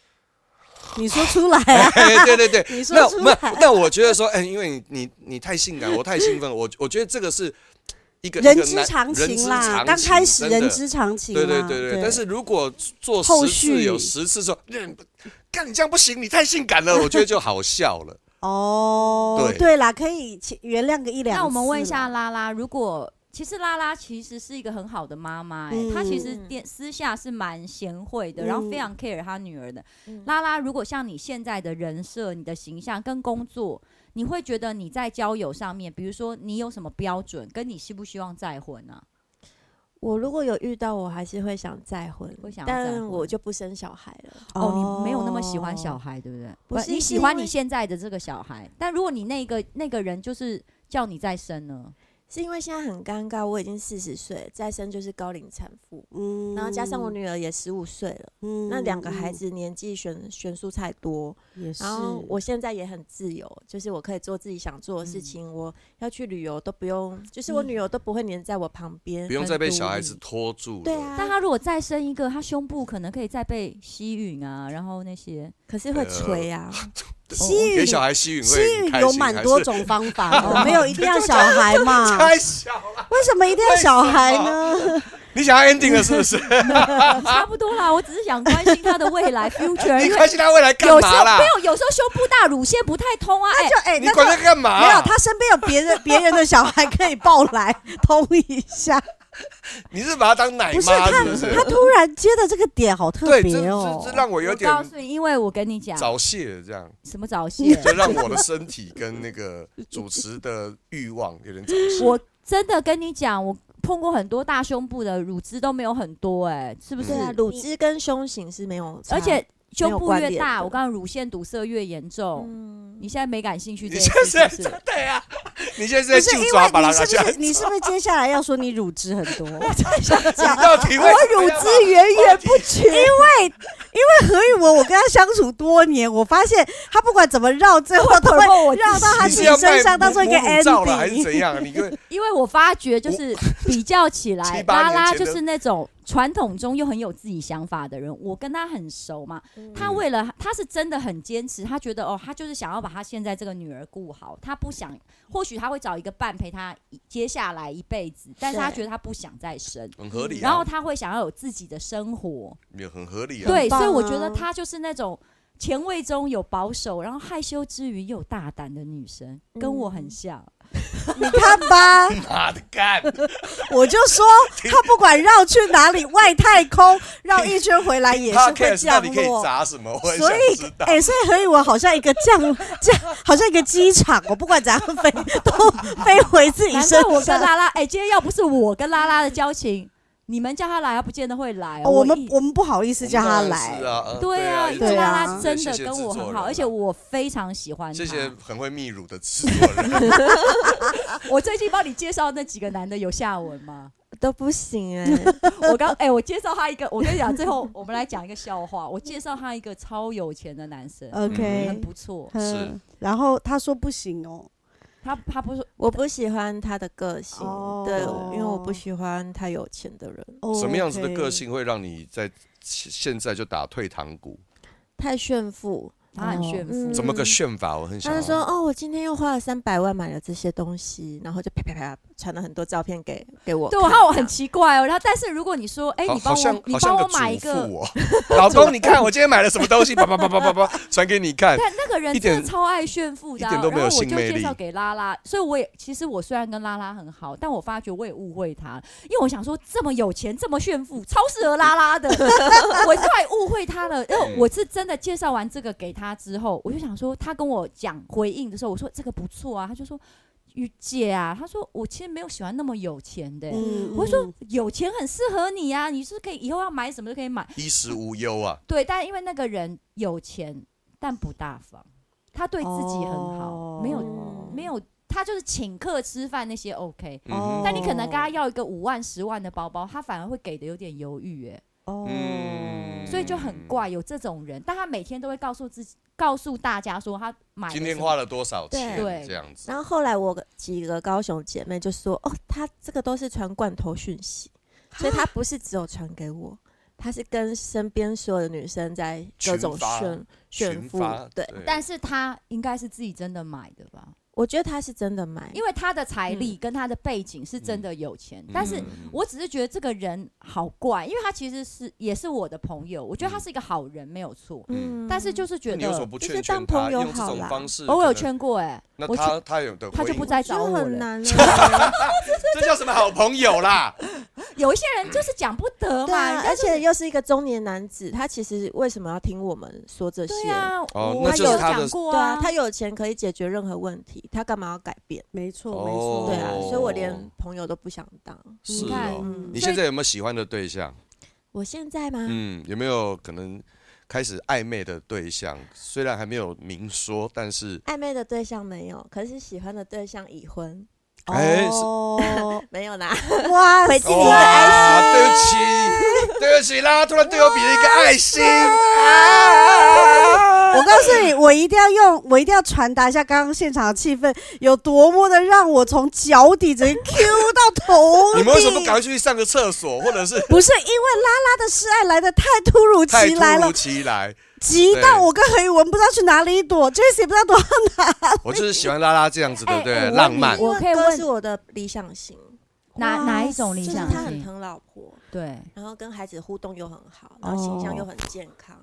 [SPEAKER 3] 你说出来啊。
[SPEAKER 4] 哎，对对对，
[SPEAKER 3] 你说
[SPEAKER 4] 那
[SPEAKER 3] 出
[SPEAKER 4] 那
[SPEAKER 3] 来
[SPEAKER 4] 那我觉得说，哎，因为你你你太性感，我太兴奋，我我觉得这个是一个
[SPEAKER 3] 人
[SPEAKER 4] 一个
[SPEAKER 3] 之
[SPEAKER 4] 男
[SPEAKER 3] 常
[SPEAKER 4] 人之
[SPEAKER 3] 情
[SPEAKER 4] 常
[SPEAKER 3] 啦，
[SPEAKER 4] 情
[SPEAKER 3] 刚开始
[SPEAKER 4] 真的
[SPEAKER 3] 人之常情啦。
[SPEAKER 4] 对对对对，但是如果做
[SPEAKER 3] 后
[SPEAKER 4] 十次
[SPEAKER 3] 续
[SPEAKER 4] 有十次说，嗯干你这样不行，你太性 感了，我觉得就好笑了。
[SPEAKER 3] 哦，
[SPEAKER 4] 对
[SPEAKER 3] 对啦，可以请原谅个一两次啦。
[SPEAKER 1] 那我们问一下拉拉，如果其实拉拉其实是一个很好的妈妈、欸，
[SPEAKER 3] 嗯
[SPEAKER 1] 她其实电私下是蛮贤惠的，
[SPEAKER 3] 嗯
[SPEAKER 1] 然后非常 care 她女儿的。
[SPEAKER 5] 嗯
[SPEAKER 1] 拉拉，如果像你现在的人设、你的形象跟工作，你会觉得你在交友上面，比如说你有什么标准，跟你希不希望再婚啊？
[SPEAKER 5] 我如果有遇到，我还是会想再婚，
[SPEAKER 1] 会想要再
[SPEAKER 5] 但
[SPEAKER 1] 婚
[SPEAKER 5] 我就不生小孩了。
[SPEAKER 1] 哦，你没有那么喜欢小孩，对不对？
[SPEAKER 5] 不是
[SPEAKER 1] 你
[SPEAKER 5] 是
[SPEAKER 1] 喜
[SPEAKER 5] 因
[SPEAKER 1] 欢
[SPEAKER 5] 为
[SPEAKER 1] 你现在的这个小孩，但如果你那个那个人就是叫你再生呢？
[SPEAKER 5] 是因为现在很尴尬，我已经四十岁了，再生就是高龄产妇，
[SPEAKER 3] 嗯
[SPEAKER 5] 然后加上我，女儿也十五岁了，
[SPEAKER 3] 嗯
[SPEAKER 5] 那两个孩子年纪悬悬殊太多，
[SPEAKER 3] 也是
[SPEAKER 5] 然后我现在也很自由，就是我可以做自己想做的事情，我要去旅游都不用，就是我
[SPEAKER 1] 嗯
[SPEAKER 5] 女儿都不会黏在我旁边
[SPEAKER 4] 不，用再被小孩
[SPEAKER 1] 很
[SPEAKER 4] 子
[SPEAKER 1] 独
[SPEAKER 4] 拖住了。
[SPEAKER 5] 对啊，
[SPEAKER 1] 但他如果再生一个，他胸部可能可以再被吸吮啊，然后那些
[SPEAKER 5] 可是
[SPEAKER 4] 呃
[SPEAKER 5] 会吹 啊，
[SPEAKER 3] 吸
[SPEAKER 4] 给
[SPEAKER 3] 引
[SPEAKER 4] 小孩吸引
[SPEAKER 3] 吸
[SPEAKER 4] 会很
[SPEAKER 3] 引
[SPEAKER 4] 开
[SPEAKER 3] 有
[SPEAKER 4] 心
[SPEAKER 3] 蛮
[SPEAKER 4] 还
[SPEAKER 3] 多
[SPEAKER 4] 是
[SPEAKER 3] 种啊方法的，没有一定 要小孩嘛？
[SPEAKER 4] 太小了，
[SPEAKER 3] 为什么一定要小孩呢？
[SPEAKER 4] 你想要 ending 了 是不是？
[SPEAKER 1] 差不多啦。我只是想关心他的未 来 future，
[SPEAKER 4] 你
[SPEAKER 1] 因为
[SPEAKER 4] 关心他未来干
[SPEAKER 1] 有时
[SPEAKER 4] 嘛
[SPEAKER 1] 候
[SPEAKER 4] 啦
[SPEAKER 1] 没？有，有时候胸部大，乳腺不太通啊。哎、
[SPEAKER 3] 就哎，
[SPEAKER 4] 你
[SPEAKER 3] 那
[SPEAKER 4] 管
[SPEAKER 3] 个
[SPEAKER 4] 他干嘛、
[SPEAKER 3] 没有，他身边有别人别人的 小孩可以抱来通一下。
[SPEAKER 4] 你是把他当奶
[SPEAKER 3] 不是
[SPEAKER 4] 哎妈
[SPEAKER 3] 他
[SPEAKER 4] 是不是？
[SPEAKER 3] 他突然接的这个点好特
[SPEAKER 4] 对，这
[SPEAKER 3] 别
[SPEAKER 4] 这
[SPEAKER 3] 哦
[SPEAKER 4] 这。让我有点
[SPEAKER 1] 我告诉你，因为我跟你讲，
[SPEAKER 4] 早泄，这样
[SPEAKER 1] 什么早泄，
[SPEAKER 4] 就让我的身体跟那个主持的欲望有点早泄。
[SPEAKER 1] 我真的跟你讲，我碰过很多大胸部的，乳汁都没有很多、哎，是不是？
[SPEAKER 5] 对
[SPEAKER 4] 嗯
[SPEAKER 5] 啊，乳汁跟胸型是没有差，
[SPEAKER 1] 而且胸部
[SPEAKER 5] 关
[SPEAKER 1] 越
[SPEAKER 5] 联
[SPEAKER 1] 大，
[SPEAKER 5] 的
[SPEAKER 1] 我刚刚乳腺堵塞越严重。
[SPEAKER 5] 嗯，
[SPEAKER 1] 你现在没感兴趣这
[SPEAKER 4] 你
[SPEAKER 1] 件
[SPEAKER 4] 现
[SPEAKER 1] 事，
[SPEAKER 4] 在
[SPEAKER 1] 是不
[SPEAKER 4] 真
[SPEAKER 1] 是？
[SPEAKER 4] 的呀？你现
[SPEAKER 3] 不
[SPEAKER 4] 在在
[SPEAKER 3] 是因
[SPEAKER 4] 就
[SPEAKER 3] 为
[SPEAKER 4] 抓把他
[SPEAKER 3] 你
[SPEAKER 4] 拿
[SPEAKER 3] 是
[SPEAKER 4] 下
[SPEAKER 3] 不是
[SPEAKER 4] 来，
[SPEAKER 3] 你是不是接下来要说你乳汁很多？
[SPEAKER 4] 到底为
[SPEAKER 3] 我乳汁源源不绝，因为因为何宇文，我跟他相处多年，我发现他不管怎么绕，最后 都会绕到他
[SPEAKER 4] 你
[SPEAKER 3] 自
[SPEAKER 4] 是
[SPEAKER 3] 己
[SPEAKER 4] 要卖
[SPEAKER 3] 身上当做一个
[SPEAKER 4] 母母照了还是
[SPEAKER 3] ending。
[SPEAKER 4] 怎样？你跟
[SPEAKER 1] 因为我发觉，就是比较起来
[SPEAKER 4] 七，八
[SPEAKER 1] 拉
[SPEAKER 4] 年
[SPEAKER 1] 拉
[SPEAKER 4] 前
[SPEAKER 1] 就
[SPEAKER 4] 的
[SPEAKER 1] 是那种传统中又很有自己想法的人，我跟他很熟嘛。
[SPEAKER 3] 嗯
[SPEAKER 1] 他为了他是真的很坚持，他觉得哦，他就是想要把他现在这个女儿顾好，他不想，或许他会找一个伴陪他一接下来一辈子，但是他
[SPEAKER 5] 对
[SPEAKER 1] 觉得他不想再生，
[SPEAKER 4] 很 合理、啊。
[SPEAKER 1] 然后他会想要有自己的生活。
[SPEAKER 4] 也很合理啊。
[SPEAKER 1] 对，
[SPEAKER 3] 很棒
[SPEAKER 1] 所以我
[SPEAKER 3] 啊
[SPEAKER 1] 觉得她就是那种前卫中有保守，然后害羞之余又有大胆的女生，跟我
[SPEAKER 3] 嗯
[SPEAKER 1] 很像。
[SPEAKER 3] 你看吧，
[SPEAKER 4] 妈的干，
[SPEAKER 3] 我就说他不管绕去哪里，外太空绕一圈回来也是会
[SPEAKER 4] Podcast 到
[SPEAKER 3] 降
[SPEAKER 4] 底可以
[SPEAKER 3] 落。
[SPEAKER 4] 砸什么？我很
[SPEAKER 3] 所
[SPEAKER 4] 想
[SPEAKER 3] 以
[SPEAKER 4] 知，道。
[SPEAKER 3] 哎、所以何以我好像一个降降，好像一个机场，我不管怎样飞，都飞回自己
[SPEAKER 1] 难怪
[SPEAKER 3] 身
[SPEAKER 1] 我跟
[SPEAKER 3] 上。
[SPEAKER 1] 拉拉，哎、今天要不是我跟拉拉的交情，你们叫她来，她不见得会来。啊
[SPEAKER 3] 哦我
[SPEAKER 1] 一
[SPEAKER 3] 们我们不好意思叫他
[SPEAKER 4] 我们当然
[SPEAKER 3] 来
[SPEAKER 4] 是，啊，呃
[SPEAKER 1] 对啊，因
[SPEAKER 4] 因
[SPEAKER 1] 为
[SPEAKER 4] 为
[SPEAKER 3] 对啊
[SPEAKER 1] 拉拉真
[SPEAKER 4] 谢
[SPEAKER 1] 的
[SPEAKER 4] 谢
[SPEAKER 1] 跟
[SPEAKER 4] 制
[SPEAKER 1] 我
[SPEAKER 4] 作
[SPEAKER 1] 很
[SPEAKER 4] 人
[SPEAKER 1] 好，
[SPEAKER 4] 啊
[SPEAKER 1] 而且我非常喜欢她。
[SPEAKER 4] 谢谢很会泌乳的制作人。啊
[SPEAKER 1] 我最近帮你介绍那几个男的有下文吗？
[SPEAKER 5] 都不行哎、
[SPEAKER 1] 我刚哎、我介绍他一个，我跟你讲，最后我们来讲一个笑话。我介绍他一个超有钱的男生，很
[SPEAKER 3] OK，
[SPEAKER 1] 不错。
[SPEAKER 3] 嗯，然后他说不行哦，
[SPEAKER 1] 他他不是
[SPEAKER 5] 我不喜欢他的个性，
[SPEAKER 3] 哦
[SPEAKER 5] 对，因为我不喜欢太有钱的人，
[SPEAKER 3] 哦
[SPEAKER 4] 什么样子的
[SPEAKER 3] OK
[SPEAKER 4] 个性会让你在现现在就打退堂鼓？
[SPEAKER 5] 太炫富。
[SPEAKER 1] 他很炫
[SPEAKER 3] 哦
[SPEAKER 1] 富，
[SPEAKER 5] 嗯
[SPEAKER 4] 怎么个炫法？我很想
[SPEAKER 5] 他
[SPEAKER 4] 要
[SPEAKER 5] 就说：“哦，我今天又花了三百万买了这些东西，然后就啪啪啪传了很多照片给给我看。
[SPEAKER 1] 对，然后我很奇怪哦。然后，但是如果你说，哎、
[SPEAKER 4] 好
[SPEAKER 1] 你帮
[SPEAKER 4] 好像
[SPEAKER 1] 我，你帮
[SPEAKER 4] 好像
[SPEAKER 1] 我
[SPEAKER 4] 主
[SPEAKER 1] 买一个
[SPEAKER 4] 妇，哦， 老公，你看我今天买了什么东西？叭叭叭叭叭叭，传给你看。
[SPEAKER 1] 但那个人
[SPEAKER 4] 一
[SPEAKER 1] 真
[SPEAKER 4] 点
[SPEAKER 1] 的超爱炫富的、啊，
[SPEAKER 4] 一点都没有
[SPEAKER 1] 然后我
[SPEAKER 4] 性
[SPEAKER 1] 就
[SPEAKER 4] 魅
[SPEAKER 1] 介绍
[SPEAKER 4] 力
[SPEAKER 1] 给拉拉，所以我也其实我虽然跟拉拉很好，但我发觉我也误会他，因为我想说这么有钱，这么炫富，超适合拉拉的， 我太误会他了。因
[SPEAKER 4] 嗯
[SPEAKER 1] 为我是真的介绍完这个给他之后，我就想说他跟我讲回应的时候，我说这个不错啊，他就说雨姐啊，他说我其实没有喜欢那么有钱的欸、
[SPEAKER 3] 嗯
[SPEAKER 1] 我说有钱很适合你呀、啊，你是可以以后要买什么都可以买。
[SPEAKER 4] 衣食无忧啊，
[SPEAKER 1] 对，但因为那个人有钱，但不大方，他对自己很好，
[SPEAKER 3] 哦
[SPEAKER 1] 没
[SPEAKER 4] 哦
[SPEAKER 1] 有没有，他就是请客吃饭那些 OK。
[SPEAKER 4] 嗯哼
[SPEAKER 1] 哦但你可能跟他要一个五万、十万的包包，他反而会给的有点犹豫，哎，
[SPEAKER 3] 哦，
[SPEAKER 4] 嗯
[SPEAKER 1] 所以就很怪有这种人。但他每天都会告诉自己、告诉大家说他买了
[SPEAKER 4] 今天
[SPEAKER 1] 什么
[SPEAKER 4] 花了多少钱？
[SPEAKER 1] 对
[SPEAKER 4] 这样子
[SPEAKER 5] 然后后来我几个高雄姐妹就说：“哦，她这个都是传罐头讯息，所以她不是只有传给我，她是跟身边所有的女生在各种
[SPEAKER 4] 群发
[SPEAKER 5] 炫炫
[SPEAKER 4] 群
[SPEAKER 5] 富
[SPEAKER 4] 发。”
[SPEAKER 5] 对，
[SPEAKER 1] 但是他应该是自己真的买的吧，
[SPEAKER 5] 我觉得她是真的买，
[SPEAKER 1] 因为他的财力跟他的背景是真的有钱，但是
[SPEAKER 4] 嗯
[SPEAKER 1] 我只是觉得这个人好怪，因为他其实是也是我的朋友，我觉得他是一个好人，没有错。
[SPEAKER 5] 嗯
[SPEAKER 1] 但是就是觉
[SPEAKER 4] 你为什么
[SPEAKER 1] 得，
[SPEAKER 4] 不
[SPEAKER 5] 就是
[SPEAKER 4] 劝
[SPEAKER 5] 当
[SPEAKER 4] 劝
[SPEAKER 5] 朋
[SPEAKER 4] 他？
[SPEAKER 5] 友
[SPEAKER 4] 用这
[SPEAKER 5] 好
[SPEAKER 4] 种
[SPEAKER 5] 啦
[SPEAKER 4] 方式，
[SPEAKER 1] 哦我有
[SPEAKER 4] 可能。
[SPEAKER 1] 劝过哎、
[SPEAKER 4] 那
[SPEAKER 1] 我
[SPEAKER 4] 他他有的
[SPEAKER 1] 他
[SPEAKER 4] 回
[SPEAKER 1] 就
[SPEAKER 4] 应
[SPEAKER 1] 不
[SPEAKER 4] 吗
[SPEAKER 1] 再
[SPEAKER 5] 就
[SPEAKER 1] 找我
[SPEAKER 5] 很
[SPEAKER 1] 了。
[SPEAKER 5] 难啊了。
[SPEAKER 4] 这叫什么好朋 友啦？
[SPEAKER 1] 有一些人就是讲不得
[SPEAKER 5] 对
[SPEAKER 1] 嘛，
[SPEAKER 5] 啊
[SPEAKER 1] 人，家
[SPEAKER 5] 而且又是一个中年男子，他其实为什么要听我们说这些？
[SPEAKER 1] 对啊，
[SPEAKER 4] 哦
[SPEAKER 1] 我
[SPEAKER 4] 那
[SPEAKER 1] 还
[SPEAKER 4] 就是
[SPEAKER 1] 有
[SPEAKER 4] 他的
[SPEAKER 1] 讲过
[SPEAKER 5] 对啊，
[SPEAKER 1] 他
[SPEAKER 5] 他有钱可以解决任何问题，他干嘛要改变？
[SPEAKER 3] 没错
[SPEAKER 4] 哦
[SPEAKER 3] 没错，
[SPEAKER 5] 对啊，
[SPEAKER 4] 哦
[SPEAKER 5] 所以我连朋友都不想当。
[SPEAKER 4] 是
[SPEAKER 1] 看
[SPEAKER 4] 哦，
[SPEAKER 5] 嗯
[SPEAKER 4] 你现在有没有喜欢的对象？
[SPEAKER 5] 我现在吗？
[SPEAKER 4] 嗯，有没有可能开始暧昧的对象？虽然还没有明说，但是
[SPEAKER 5] 暧昧的对象没有，可是喜欢的对象已婚，
[SPEAKER 4] 哎是
[SPEAKER 3] 哦，
[SPEAKER 5] 没有啦。
[SPEAKER 3] 哇
[SPEAKER 5] 回
[SPEAKER 3] 塞，
[SPEAKER 5] 敬你的爱
[SPEAKER 4] 哇，对不起， 对不起啦，突然对我比了一个爱心啊！
[SPEAKER 3] 我告诉你，我一定要用，我一定要传达一下刚刚现场的气氛有多么的让我从脚底直接 Q 到头顶。
[SPEAKER 4] 你们为什么不赶快去上个厕所，或者是
[SPEAKER 3] 不是因为拉拉的示爱来的太突如
[SPEAKER 4] 太
[SPEAKER 3] 其来
[SPEAKER 4] 突如
[SPEAKER 3] 了，
[SPEAKER 4] 其来？
[SPEAKER 3] 急
[SPEAKER 4] 对
[SPEAKER 3] 到我跟何宇文不知道去哪里躲，Jesse 也不知道躲 到
[SPEAKER 4] 我就是喜欢拉拉这样子的，
[SPEAKER 1] 哎哎
[SPEAKER 4] 对，
[SPEAKER 1] 我
[SPEAKER 4] 浪漫
[SPEAKER 1] 我可以
[SPEAKER 5] 因为
[SPEAKER 1] 问
[SPEAKER 5] 哥是我的理想型，
[SPEAKER 1] 哪
[SPEAKER 3] 哇
[SPEAKER 1] 哪一种理
[SPEAKER 5] 就是
[SPEAKER 1] 想
[SPEAKER 5] 他很
[SPEAKER 1] 型？
[SPEAKER 5] 疼老婆，
[SPEAKER 1] 对，
[SPEAKER 5] 然后跟孩子互动又很好，然后形象
[SPEAKER 1] 哦
[SPEAKER 5] 又很健康。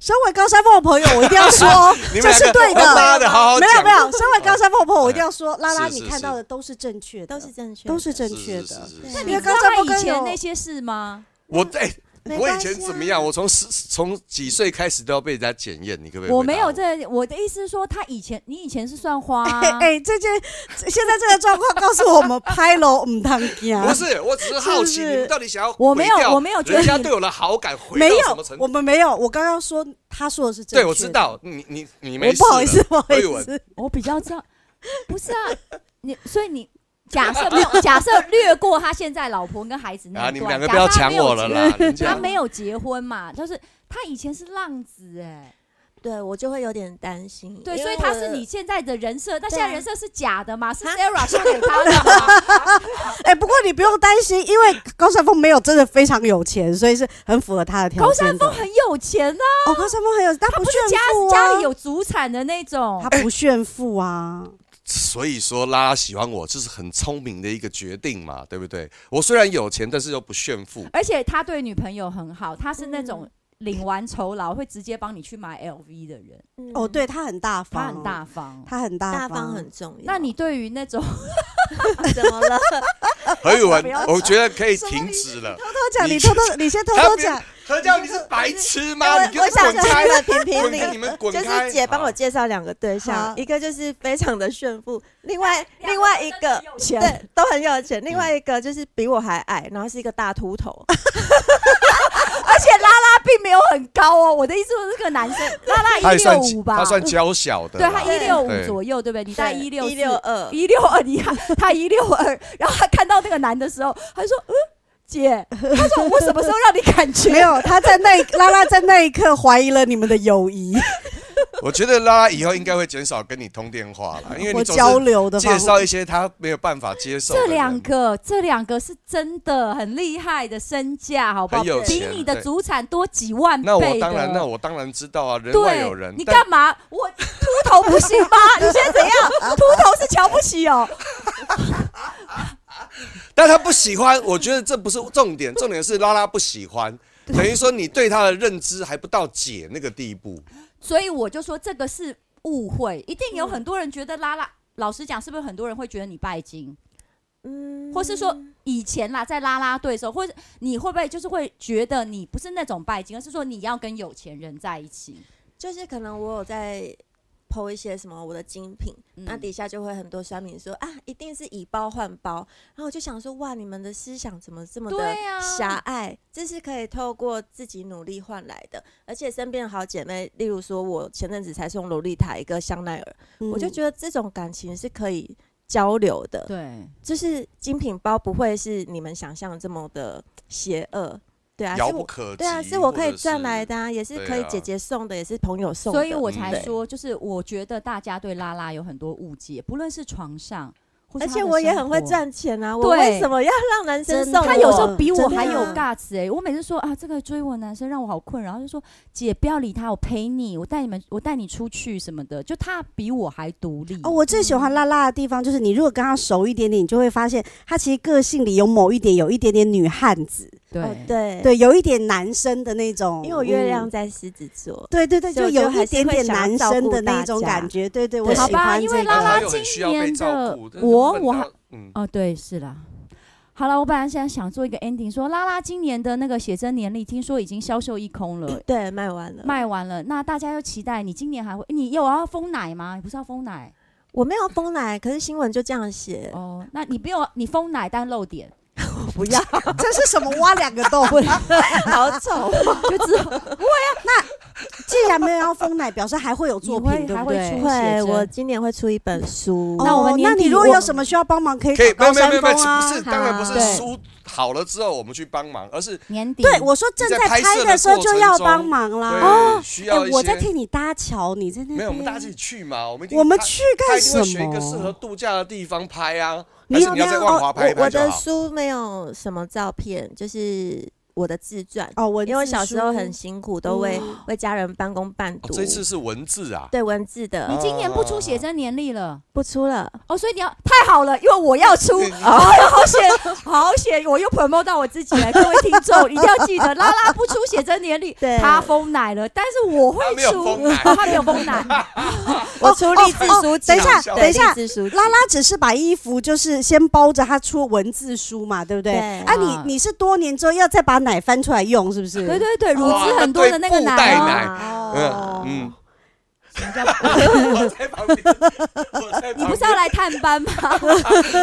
[SPEAKER 3] 身为高山峰的朋友，我一定要说哦
[SPEAKER 4] 你们
[SPEAKER 3] 这
[SPEAKER 4] 两
[SPEAKER 3] 是
[SPEAKER 4] 个哦
[SPEAKER 3] 对
[SPEAKER 4] 他
[SPEAKER 3] 的。
[SPEAKER 4] 妈的，好好
[SPEAKER 3] 没有
[SPEAKER 4] 讲
[SPEAKER 3] 没有，身为高山峰的朋友，我一定要说，拉拉
[SPEAKER 4] 哎是
[SPEAKER 3] 你
[SPEAKER 4] 是
[SPEAKER 3] 看
[SPEAKER 4] 是
[SPEAKER 3] 到的都是正确的，
[SPEAKER 5] 都是正确的，
[SPEAKER 3] 都是正
[SPEAKER 4] 是
[SPEAKER 3] 确
[SPEAKER 4] 是
[SPEAKER 3] 的
[SPEAKER 4] 是。是
[SPEAKER 5] 对
[SPEAKER 4] 是
[SPEAKER 5] 啊
[SPEAKER 1] 你
[SPEAKER 3] 因为
[SPEAKER 1] 知道
[SPEAKER 3] 高山峰
[SPEAKER 1] 他
[SPEAKER 3] 跟哦
[SPEAKER 1] 以前
[SPEAKER 3] 有
[SPEAKER 1] 那些事吗？
[SPEAKER 4] 我哎、
[SPEAKER 5] 没
[SPEAKER 4] 我以
[SPEAKER 5] 关
[SPEAKER 4] 前
[SPEAKER 5] 系
[SPEAKER 4] 怎么
[SPEAKER 5] 啊
[SPEAKER 4] 样？我从十从几岁开始都要被人家检验，你可不可以回答我？
[SPEAKER 1] 我没有这，我的意思是说，他以前你以前是算花啊、
[SPEAKER 3] 哎 哎，这件这现在这个状况告诉我们，拍楼唔当家。
[SPEAKER 4] 不是，我只是好奇
[SPEAKER 3] 啊是不是
[SPEAKER 4] 你们到底想要
[SPEAKER 1] 我没有
[SPEAKER 4] 毁掉
[SPEAKER 1] 我没有觉得
[SPEAKER 4] 人家
[SPEAKER 1] 你
[SPEAKER 4] 对我的好感回到
[SPEAKER 3] 没
[SPEAKER 4] 什么
[SPEAKER 3] 有
[SPEAKER 4] 程，
[SPEAKER 3] 我
[SPEAKER 4] 度？
[SPEAKER 3] 们没有。我刚刚说他说的是正确的，
[SPEAKER 4] 对，我知，道，你你你没
[SPEAKER 3] 我
[SPEAKER 4] 事，
[SPEAKER 3] 不好意思，不好
[SPEAKER 4] 何
[SPEAKER 3] 意
[SPEAKER 4] 以文
[SPEAKER 3] 思。
[SPEAKER 1] 我比较知道， 不是啊，你所以你假设没有假设略过他现在老婆跟孩子那
[SPEAKER 4] 啊！
[SPEAKER 1] 一
[SPEAKER 4] 你们
[SPEAKER 1] 段
[SPEAKER 4] 两个
[SPEAKER 1] 假
[SPEAKER 4] 不要
[SPEAKER 1] 设他
[SPEAKER 4] 抢
[SPEAKER 1] 没有
[SPEAKER 4] 我
[SPEAKER 1] 结
[SPEAKER 4] 了啦！人
[SPEAKER 1] 他
[SPEAKER 4] 家
[SPEAKER 1] 没有结婚嘛，就是他以前是浪子哎、
[SPEAKER 5] 对我就会有点担心。
[SPEAKER 1] 对，
[SPEAKER 5] 因
[SPEAKER 1] 所
[SPEAKER 5] 为
[SPEAKER 1] 以他
[SPEAKER 5] 我
[SPEAKER 1] 是
[SPEAKER 5] 的
[SPEAKER 1] 你现在的人设，但
[SPEAKER 5] 对
[SPEAKER 1] 现
[SPEAKER 5] 啊
[SPEAKER 1] 在人设是假的嘛？是 Sarah 说给他
[SPEAKER 3] 啊
[SPEAKER 1] 的吗？
[SPEAKER 3] 哎、不过你不用担心，因为高山峰没有真的非常有钱，所以是很符合他的条
[SPEAKER 1] 高
[SPEAKER 3] 件
[SPEAKER 1] 山
[SPEAKER 3] 的。
[SPEAKER 1] 峰很有钱啊，
[SPEAKER 3] 哦，高山峰很有，他
[SPEAKER 1] 他
[SPEAKER 3] 不
[SPEAKER 1] 不是家
[SPEAKER 3] 炫富啊，
[SPEAKER 1] 家里有祖产的那种
[SPEAKER 3] 他。不炫富 啊。
[SPEAKER 5] 嗯
[SPEAKER 4] 所以说拉拉喜欢我，这是很聪明的一个决定嘛，对不对？我虽然有钱，但是又不炫富。
[SPEAKER 1] 而且他对女朋友很好，他是那
[SPEAKER 3] 嗯
[SPEAKER 1] 种领完酬劳会直接帮你去买 LV 的人，
[SPEAKER 3] 哦，
[SPEAKER 5] 嗯
[SPEAKER 3] 对他很大
[SPEAKER 1] 他
[SPEAKER 3] 方，
[SPEAKER 1] 很，大方。
[SPEAKER 3] 他很大
[SPEAKER 5] 大
[SPEAKER 3] 方，
[SPEAKER 5] 方很重要。啊
[SPEAKER 1] 那你对于那种
[SPEAKER 5] 怎么 了？
[SPEAKER 4] 何宇文
[SPEAKER 3] 不要，
[SPEAKER 4] 我觉得可以停止了。
[SPEAKER 3] 偷偷讲，
[SPEAKER 4] 你
[SPEAKER 3] 你偷偷，你先偷
[SPEAKER 4] 他
[SPEAKER 3] 偷
[SPEAKER 4] 不
[SPEAKER 3] 讲，
[SPEAKER 4] 何教，你是白痴
[SPEAKER 5] 哎我
[SPEAKER 4] 吗？你给
[SPEAKER 5] 我想
[SPEAKER 4] 滚开！
[SPEAKER 5] 说评评
[SPEAKER 4] 滚
[SPEAKER 5] 理
[SPEAKER 4] 开！你们滚
[SPEAKER 5] 就
[SPEAKER 4] 开！
[SPEAKER 5] 是姐帮我
[SPEAKER 4] 好
[SPEAKER 5] 介绍两个对
[SPEAKER 3] 好
[SPEAKER 5] 象，一个就是非常的炫富，另外
[SPEAKER 1] 两个
[SPEAKER 5] 另外一
[SPEAKER 1] 真的
[SPEAKER 5] 个
[SPEAKER 1] 很有钱
[SPEAKER 5] 对都很有钱，
[SPEAKER 4] 嗯
[SPEAKER 5] 另外一个就是比我还矮，然后是一个大秃头，
[SPEAKER 1] 而且拉拉并没有很高哦，我的意思说这个男 生拉
[SPEAKER 4] 他
[SPEAKER 1] 拉
[SPEAKER 4] 还
[SPEAKER 1] 一
[SPEAKER 4] 算
[SPEAKER 1] 六五吧，
[SPEAKER 4] 他算娇小的
[SPEAKER 1] 对
[SPEAKER 4] 啦，
[SPEAKER 1] 他一
[SPEAKER 5] 对
[SPEAKER 1] 六五
[SPEAKER 4] 对
[SPEAKER 1] 左右，对不对？你大概一六
[SPEAKER 5] 一六二，
[SPEAKER 1] 一六二，你看他一六二，然后他看到那个男的时候，他就说：“嗯，姐，他说我什么时候让你感
[SPEAKER 3] 没
[SPEAKER 1] 觉？
[SPEAKER 3] 有，他在那一拉拉在那一刻怀疑了你们的友谊
[SPEAKER 4] 我觉得拉拉以后应该会减少跟你通电话了，因为
[SPEAKER 3] 或
[SPEAKER 4] 你总
[SPEAKER 3] 交
[SPEAKER 4] 是
[SPEAKER 3] 流的
[SPEAKER 4] 介
[SPEAKER 3] 方
[SPEAKER 4] 绍
[SPEAKER 3] 式。
[SPEAKER 4] 一些他没有办法接受 的
[SPEAKER 1] 这
[SPEAKER 4] 人。
[SPEAKER 1] 两个，这两个是真的很厉害的身价，好不好
[SPEAKER 4] 很有？
[SPEAKER 1] 比
[SPEAKER 4] 钱
[SPEAKER 1] 你的
[SPEAKER 4] 对
[SPEAKER 1] 祖产多几万倍
[SPEAKER 4] 那我当然，
[SPEAKER 1] 的
[SPEAKER 4] 那我当然知道啊，人外有
[SPEAKER 1] 对
[SPEAKER 4] 人，。
[SPEAKER 1] 你
[SPEAKER 4] 但
[SPEAKER 1] 干嘛？我秃头不行吗？你现在怎 样？秃头是瞧不起哦。
[SPEAKER 4] 但他不喜欢，我觉得这不是重点，重点是拉拉不喜欢，等于说你对他的认知还不到姐那个地步。
[SPEAKER 1] 所以我就说这个是误会，一定有
[SPEAKER 5] 嗯
[SPEAKER 1] 很多人觉得拉拉。老实讲，是不是很多人会觉得你拜金？
[SPEAKER 5] 嗯
[SPEAKER 1] 或是说以前啦，在拉拉队的时候，或者你会不会就是会觉得你不是那种拜金，而是说你要跟有钱人在一起？
[SPEAKER 5] 就是可能我有在。剖一些什么我的精品，
[SPEAKER 1] 嗯
[SPEAKER 5] 那底下就会很多酸民说啊，一定是以包换包。然后我就想说，哇，你们的思想怎么这么的
[SPEAKER 1] 对啊
[SPEAKER 5] 狭隘？这是可以透过自己努力换来的。而且身边的好姐妹，例如说我前阵子才送洛丽塔一个香奈儿，
[SPEAKER 1] 嗯
[SPEAKER 3] 嗯
[SPEAKER 5] 我就觉得这种感情是可以交流的。
[SPEAKER 1] 对，
[SPEAKER 5] 就是精品包不会是你们想象这么的邪恶，对啊，
[SPEAKER 4] 遥
[SPEAKER 5] 是
[SPEAKER 4] 不
[SPEAKER 5] 我
[SPEAKER 4] 可及。
[SPEAKER 5] 对啊，是我可以
[SPEAKER 4] 或者
[SPEAKER 5] 赚来
[SPEAKER 4] 是。
[SPEAKER 5] 的、啊，也是
[SPEAKER 4] 对
[SPEAKER 5] 可以
[SPEAKER 4] 啊嗯
[SPEAKER 5] 姐姐送的，也是朋友送的，
[SPEAKER 1] 所以我才
[SPEAKER 5] 对。
[SPEAKER 1] 说，就是我觉得大家对拉拉有很多误解，不论是床上，或是
[SPEAKER 5] 而
[SPEAKER 1] 她
[SPEAKER 5] 且
[SPEAKER 1] 的
[SPEAKER 5] 我也
[SPEAKER 1] 生
[SPEAKER 5] 很会
[SPEAKER 1] 活。
[SPEAKER 5] 赚钱啊，
[SPEAKER 1] 对
[SPEAKER 5] 我为什么要让男生
[SPEAKER 3] 真的
[SPEAKER 5] 送我？
[SPEAKER 1] 他有时候比我
[SPEAKER 3] 真的
[SPEAKER 1] 还有
[SPEAKER 5] 啊
[SPEAKER 1] guts 哎、我每次说啊，这个追我的男生让我好困扰，他就说姐不要理他，我陪你，我带你们，我带你出去什么的，就他比我还独立。
[SPEAKER 3] 哦，我最喜欢拉拉的地方就是，你如果跟他熟一点点，你就会发现他其实个性里有某一点，有一点点女汉子，
[SPEAKER 1] 对、
[SPEAKER 5] 哦，对，
[SPEAKER 3] 对，有一点男生的那种。
[SPEAKER 5] 因为我月亮
[SPEAKER 3] 嗯
[SPEAKER 5] 在狮子座，
[SPEAKER 3] 对对对，
[SPEAKER 5] 所以
[SPEAKER 3] 就
[SPEAKER 5] 我
[SPEAKER 3] 有
[SPEAKER 5] 就还
[SPEAKER 3] 一
[SPEAKER 5] 是
[SPEAKER 3] 点
[SPEAKER 5] 会
[SPEAKER 3] 点
[SPEAKER 5] 想要
[SPEAKER 3] 男
[SPEAKER 5] 照
[SPEAKER 3] 生
[SPEAKER 5] 顾
[SPEAKER 3] 的
[SPEAKER 5] 大
[SPEAKER 3] 那种
[SPEAKER 5] 家
[SPEAKER 3] 感觉，对对，我
[SPEAKER 5] 对
[SPEAKER 1] 好
[SPEAKER 3] 喜
[SPEAKER 1] 吧，
[SPEAKER 3] 欢
[SPEAKER 1] 因
[SPEAKER 3] 这
[SPEAKER 1] 为
[SPEAKER 3] 个
[SPEAKER 1] 拉
[SPEAKER 4] 他
[SPEAKER 1] 拉
[SPEAKER 4] 又
[SPEAKER 1] 今
[SPEAKER 4] 很需要被
[SPEAKER 1] 年
[SPEAKER 4] 照
[SPEAKER 1] 的
[SPEAKER 4] 顾，但是
[SPEAKER 1] 我
[SPEAKER 4] 问
[SPEAKER 1] 我
[SPEAKER 4] 到
[SPEAKER 1] 还
[SPEAKER 4] 嗯，
[SPEAKER 1] 哦对是啦。好了，我本来现在想做一个 ending，说拉拉今年的那个写真年历，听说已经销售一空了，
[SPEAKER 5] 对，卖完了，
[SPEAKER 1] 卖完了。那大家要期待你今年还会，你有要封奶吗？你不是要封 奶
[SPEAKER 5] 我没有封奶，可是新闻就这样 写，
[SPEAKER 1] 哦？那你不用，你封奶但露点，
[SPEAKER 5] 不要，
[SPEAKER 3] 这是什么挖两个 洞？
[SPEAKER 5] 好丑，
[SPEAKER 1] 就之后
[SPEAKER 3] 既然没有要封奶，表示还会有作
[SPEAKER 1] 你会
[SPEAKER 3] 品，对
[SPEAKER 1] 还
[SPEAKER 3] 不
[SPEAKER 1] 会
[SPEAKER 3] 对
[SPEAKER 1] 出？
[SPEAKER 5] 会，我今年会出一本书，
[SPEAKER 1] 那我们
[SPEAKER 3] 哦
[SPEAKER 1] 年
[SPEAKER 3] 那你
[SPEAKER 1] 底
[SPEAKER 3] 如果
[SPEAKER 1] 我
[SPEAKER 3] 有什么需要帮忙，可以
[SPEAKER 4] 可以，
[SPEAKER 3] 找高
[SPEAKER 4] 没有没有
[SPEAKER 3] 山
[SPEAKER 4] 没有，没有
[SPEAKER 3] 峰
[SPEAKER 4] 是不
[SPEAKER 3] 啊
[SPEAKER 4] 是，。当然不
[SPEAKER 5] 好
[SPEAKER 4] 是
[SPEAKER 1] 对
[SPEAKER 4] 书好了之后我们去帮忙，而是
[SPEAKER 1] 年底
[SPEAKER 3] 对，我说正
[SPEAKER 4] 在
[SPEAKER 3] 在
[SPEAKER 4] 拍摄
[SPEAKER 3] 拍
[SPEAKER 4] 的
[SPEAKER 3] 的时候
[SPEAKER 4] 过
[SPEAKER 3] 就
[SPEAKER 4] 程
[SPEAKER 3] 要
[SPEAKER 4] 中
[SPEAKER 3] 帮忙啦。
[SPEAKER 4] 对
[SPEAKER 1] 哦
[SPEAKER 4] 需
[SPEAKER 3] 哎
[SPEAKER 4] 要一
[SPEAKER 3] 我在
[SPEAKER 4] 些。
[SPEAKER 3] 替你搭桥，你在那边
[SPEAKER 4] 没有，我们大家一起去嘛，我们一定
[SPEAKER 3] 我们
[SPEAKER 4] 他
[SPEAKER 3] 去
[SPEAKER 4] 他
[SPEAKER 3] 干
[SPEAKER 4] 一定
[SPEAKER 3] 什
[SPEAKER 4] 会
[SPEAKER 3] 么？
[SPEAKER 4] 选一个适合度假的地方拍啊，
[SPEAKER 3] 你
[SPEAKER 4] 还是
[SPEAKER 3] 有
[SPEAKER 4] 你要
[SPEAKER 3] 没
[SPEAKER 4] 在
[SPEAKER 3] 有
[SPEAKER 4] 万
[SPEAKER 3] 哦
[SPEAKER 4] 华拍一
[SPEAKER 5] 我
[SPEAKER 4] 拍
[SPEAKER 5] 我
[SPEAKER 4] 就
[SPEAKER 5] 的
[SPEAKER 4] 好。
[SPEAKER 5] 书没有什么照片，就是我的自传，
[SPEAKER 3] 哦，我
[SPEAKER 5] 因为我小时候很辛苦，
[SPEAKER 1] 哦
[SPEAKER 5] 都为、为家人半工半
[SPEAKER 4] 哦
[SPEAKER 5] 读。
[SPEAKER 4] 这次是文字啊，
[SPEAKER 5] 对文字的
[SPEAKER 1] 你今年不出写真年历了。
[SPEAKER 5] 不出了，
[SPEAKER 1] 哦，所以你要太好了，因为我要出，哦，好险，好险，我又 promote 到我自己了，各位听众一定要记得，拉拉不出写真年 历，
[SPEAKER 5] 对
[SPEAKER 1] 他封奶了，但是我会
[SPEAKER 4] 他没有
[SPEAKER 1] 出，
[SPEAKER 4] 封奶
[SPEAKER 1] 哦他没有封 奶，
[SPEAKER 5] 我出励志书籍。
[SPEAKER 3] 等一下，
[SPEAKER 4] 对
[SPEAKER 3] 等一下。
[SPEAKER 5] 励志书籍
[SPEAKER 3] 拉拉只是把衣服就是先包着，她出文字书嘛，对不对？
[SPEAKER 5] 对
[SPEAKER 3] 啊，你你是多年之后要再把奶翻出来用，是不是？
[SPEAKER 1] 对对对，乳
[SPEAKER 4] 哇
[SPEAKER 1] 汁很多的那个
[SPEAKER 4] 那对布袋
[SPEAKER 1] 哦
[SPEAKER 4] 奶
[SPEAKER 3] 哦，
[SPEAKER 4] 嗯，
[SPEAKER 1] 什么叫
[SPEAKER 4] 我在旁边，我在
[SPEAKER 1] 你
[SPEAKER 4] 旁
[SPEAKER 1] 不是要
[SPEAKER 4] 边
[SPEAKER 1] 来探班吗？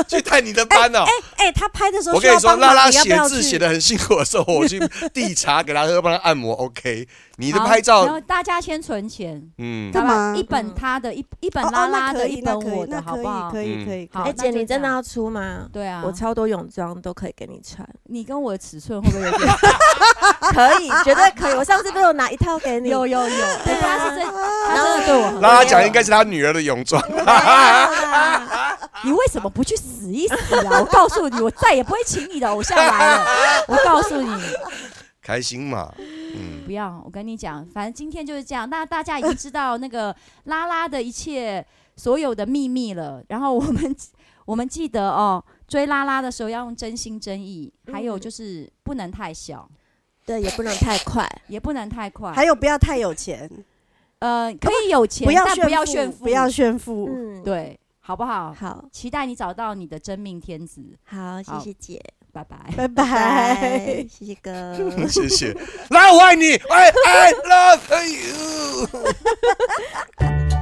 [SPEAKER 4] 去探你的班哦。
[SPEAKER 3] 哎、她拍的时候
[SPEAKER 4] 我
[SPEAKER 3] 需
[SPEAKER 4] 跟
[SPEAKER 3] 要
[SPEAKER 4] 你说，
[SPEAKER 3] 帮忙
[SPEAKER 4] 拉拉
[SPEAKER 3] 你要不
[SPEAKER 4] 写
[SPEAKER 3] 要
[SPEAKER 4] 字
[SPEAKER 3] 去
[SPEAKER 4] 写的很辛苦的时候，我去递茶给她喝，帮她按摩，OK。 你的
[SPEAKER 1] 好
[SPEAKER 4] 拍
[SPEAKER 1] 然
[SPEAKER 4] 照，
[SPEAKER 1] 后大家先存钱，
[SPEAKER 4] 嗯，
[SPEAKER 3] 干嘛
[SPEAKER 1] 好吧一本
[SPEAKER 5] 嗯
[SPEAKER 1] 他的，一一本
[SPEAKER 3] 哦
[SPEAKER 1] 拉
[SPEAKER 3] 哦，
[SPEAKER 1] 拉
[SPEAKER 3] 那
[SPEAKER 1] 的，
[SPEAKER 3] 可
[SPEAKER 1] 一
[SPEAKER 3] 以，那
[SPEAKER 1] 本我
[SPEAKER 3] 可以，哦那
[SPEAKER 1] 的，好
[SPEAKER 3] 可
[SPEAKER 1] 不好
[SPEAKER 3] 以，？可以，
[SPEAKER 4] 嗯
[SPEAKER 3] 可以，
[SPEAKER 1] 好
[SPEAKER 3] 可
[SPEAKER 5] 哎、
[SPEAKER 3] 以。
[SPEAKER 1] 那
[SPEAKER 5] 姐，
[SPEAKER 1] 就
[SPEAKER 5] 你
[SPEAKER 1] 这
[SPEAKER 5] 真的
[SPEAKER 1] 样
[SPEAKER 5] 要出吗？
[SPEAKER 1] 对啊，
[SPEAKER 5] 我超多泳装都可以给你穿，
[SPEAKER 1] 你跟我的尺寸会不会有 点？
[SPEAKER 5] 可以，绝对可以。我上次不是有拿一套给你？
[SPEAKER 1] 有有有，对，
[SPEAKER 5] 啊
[SPEAKER 1] 他是真，他真的对我很好。
[SPEAKER 4] 拉拉讲应该是他女儿的泳装，
[SPEAKER 1] 你为什么不去死一死啊？我告诉你，我再也不会请你的偶像来了。我告诉你，
[SPEAKER 4] 开心嘛，嗯，
[SPEAKER 1] 不要，我跟你讲，反正今天就是这样。那大家已经知道那个拉拉的一切所有的秘密了。然后我们我们记得哦，追拉拉的时候要用真心真意，还
[SPEAKER 3] 嗯
[SPEAKER 1] 有就是不能太小，
[SPEAKER 5] 对，也不能太快。
[SPEAKER 1] 也不能太快。
[SPEAKER 3] 还有不要太有钱，
[SPEAKER 1] 呃，可以有钱，
[SPEAKER 3] 不要
[SPEAKER 1] 但
[SPEAKER 3] 炫
[SPEAKER 1] 不要
[SPEAKER 3] 富
[SPEAKER 1] 炫富，
[SPEAKER 3] 不要炫富。
[SPEAKER 5] 嗯，，
[SPEAKER 1] 对，好不好？
[SPEAKER 5] 好
[SPEAKER 1] 期待你找到你的真命天子，
[SPEAKER 5] 好，谢
[SPEAKER 1] 好
[SPEAKER 5] 谢姐，
[SPEAKER 1] 拜拜。
[SPEAKER 3] 拜
[SPEAKER 5] 拜
[SPEAKER 3] 拜，，
[SPEAKER 5] 谢谢哥。
[SPEAKER 4] 谢谢，拉我爱你，I I love you。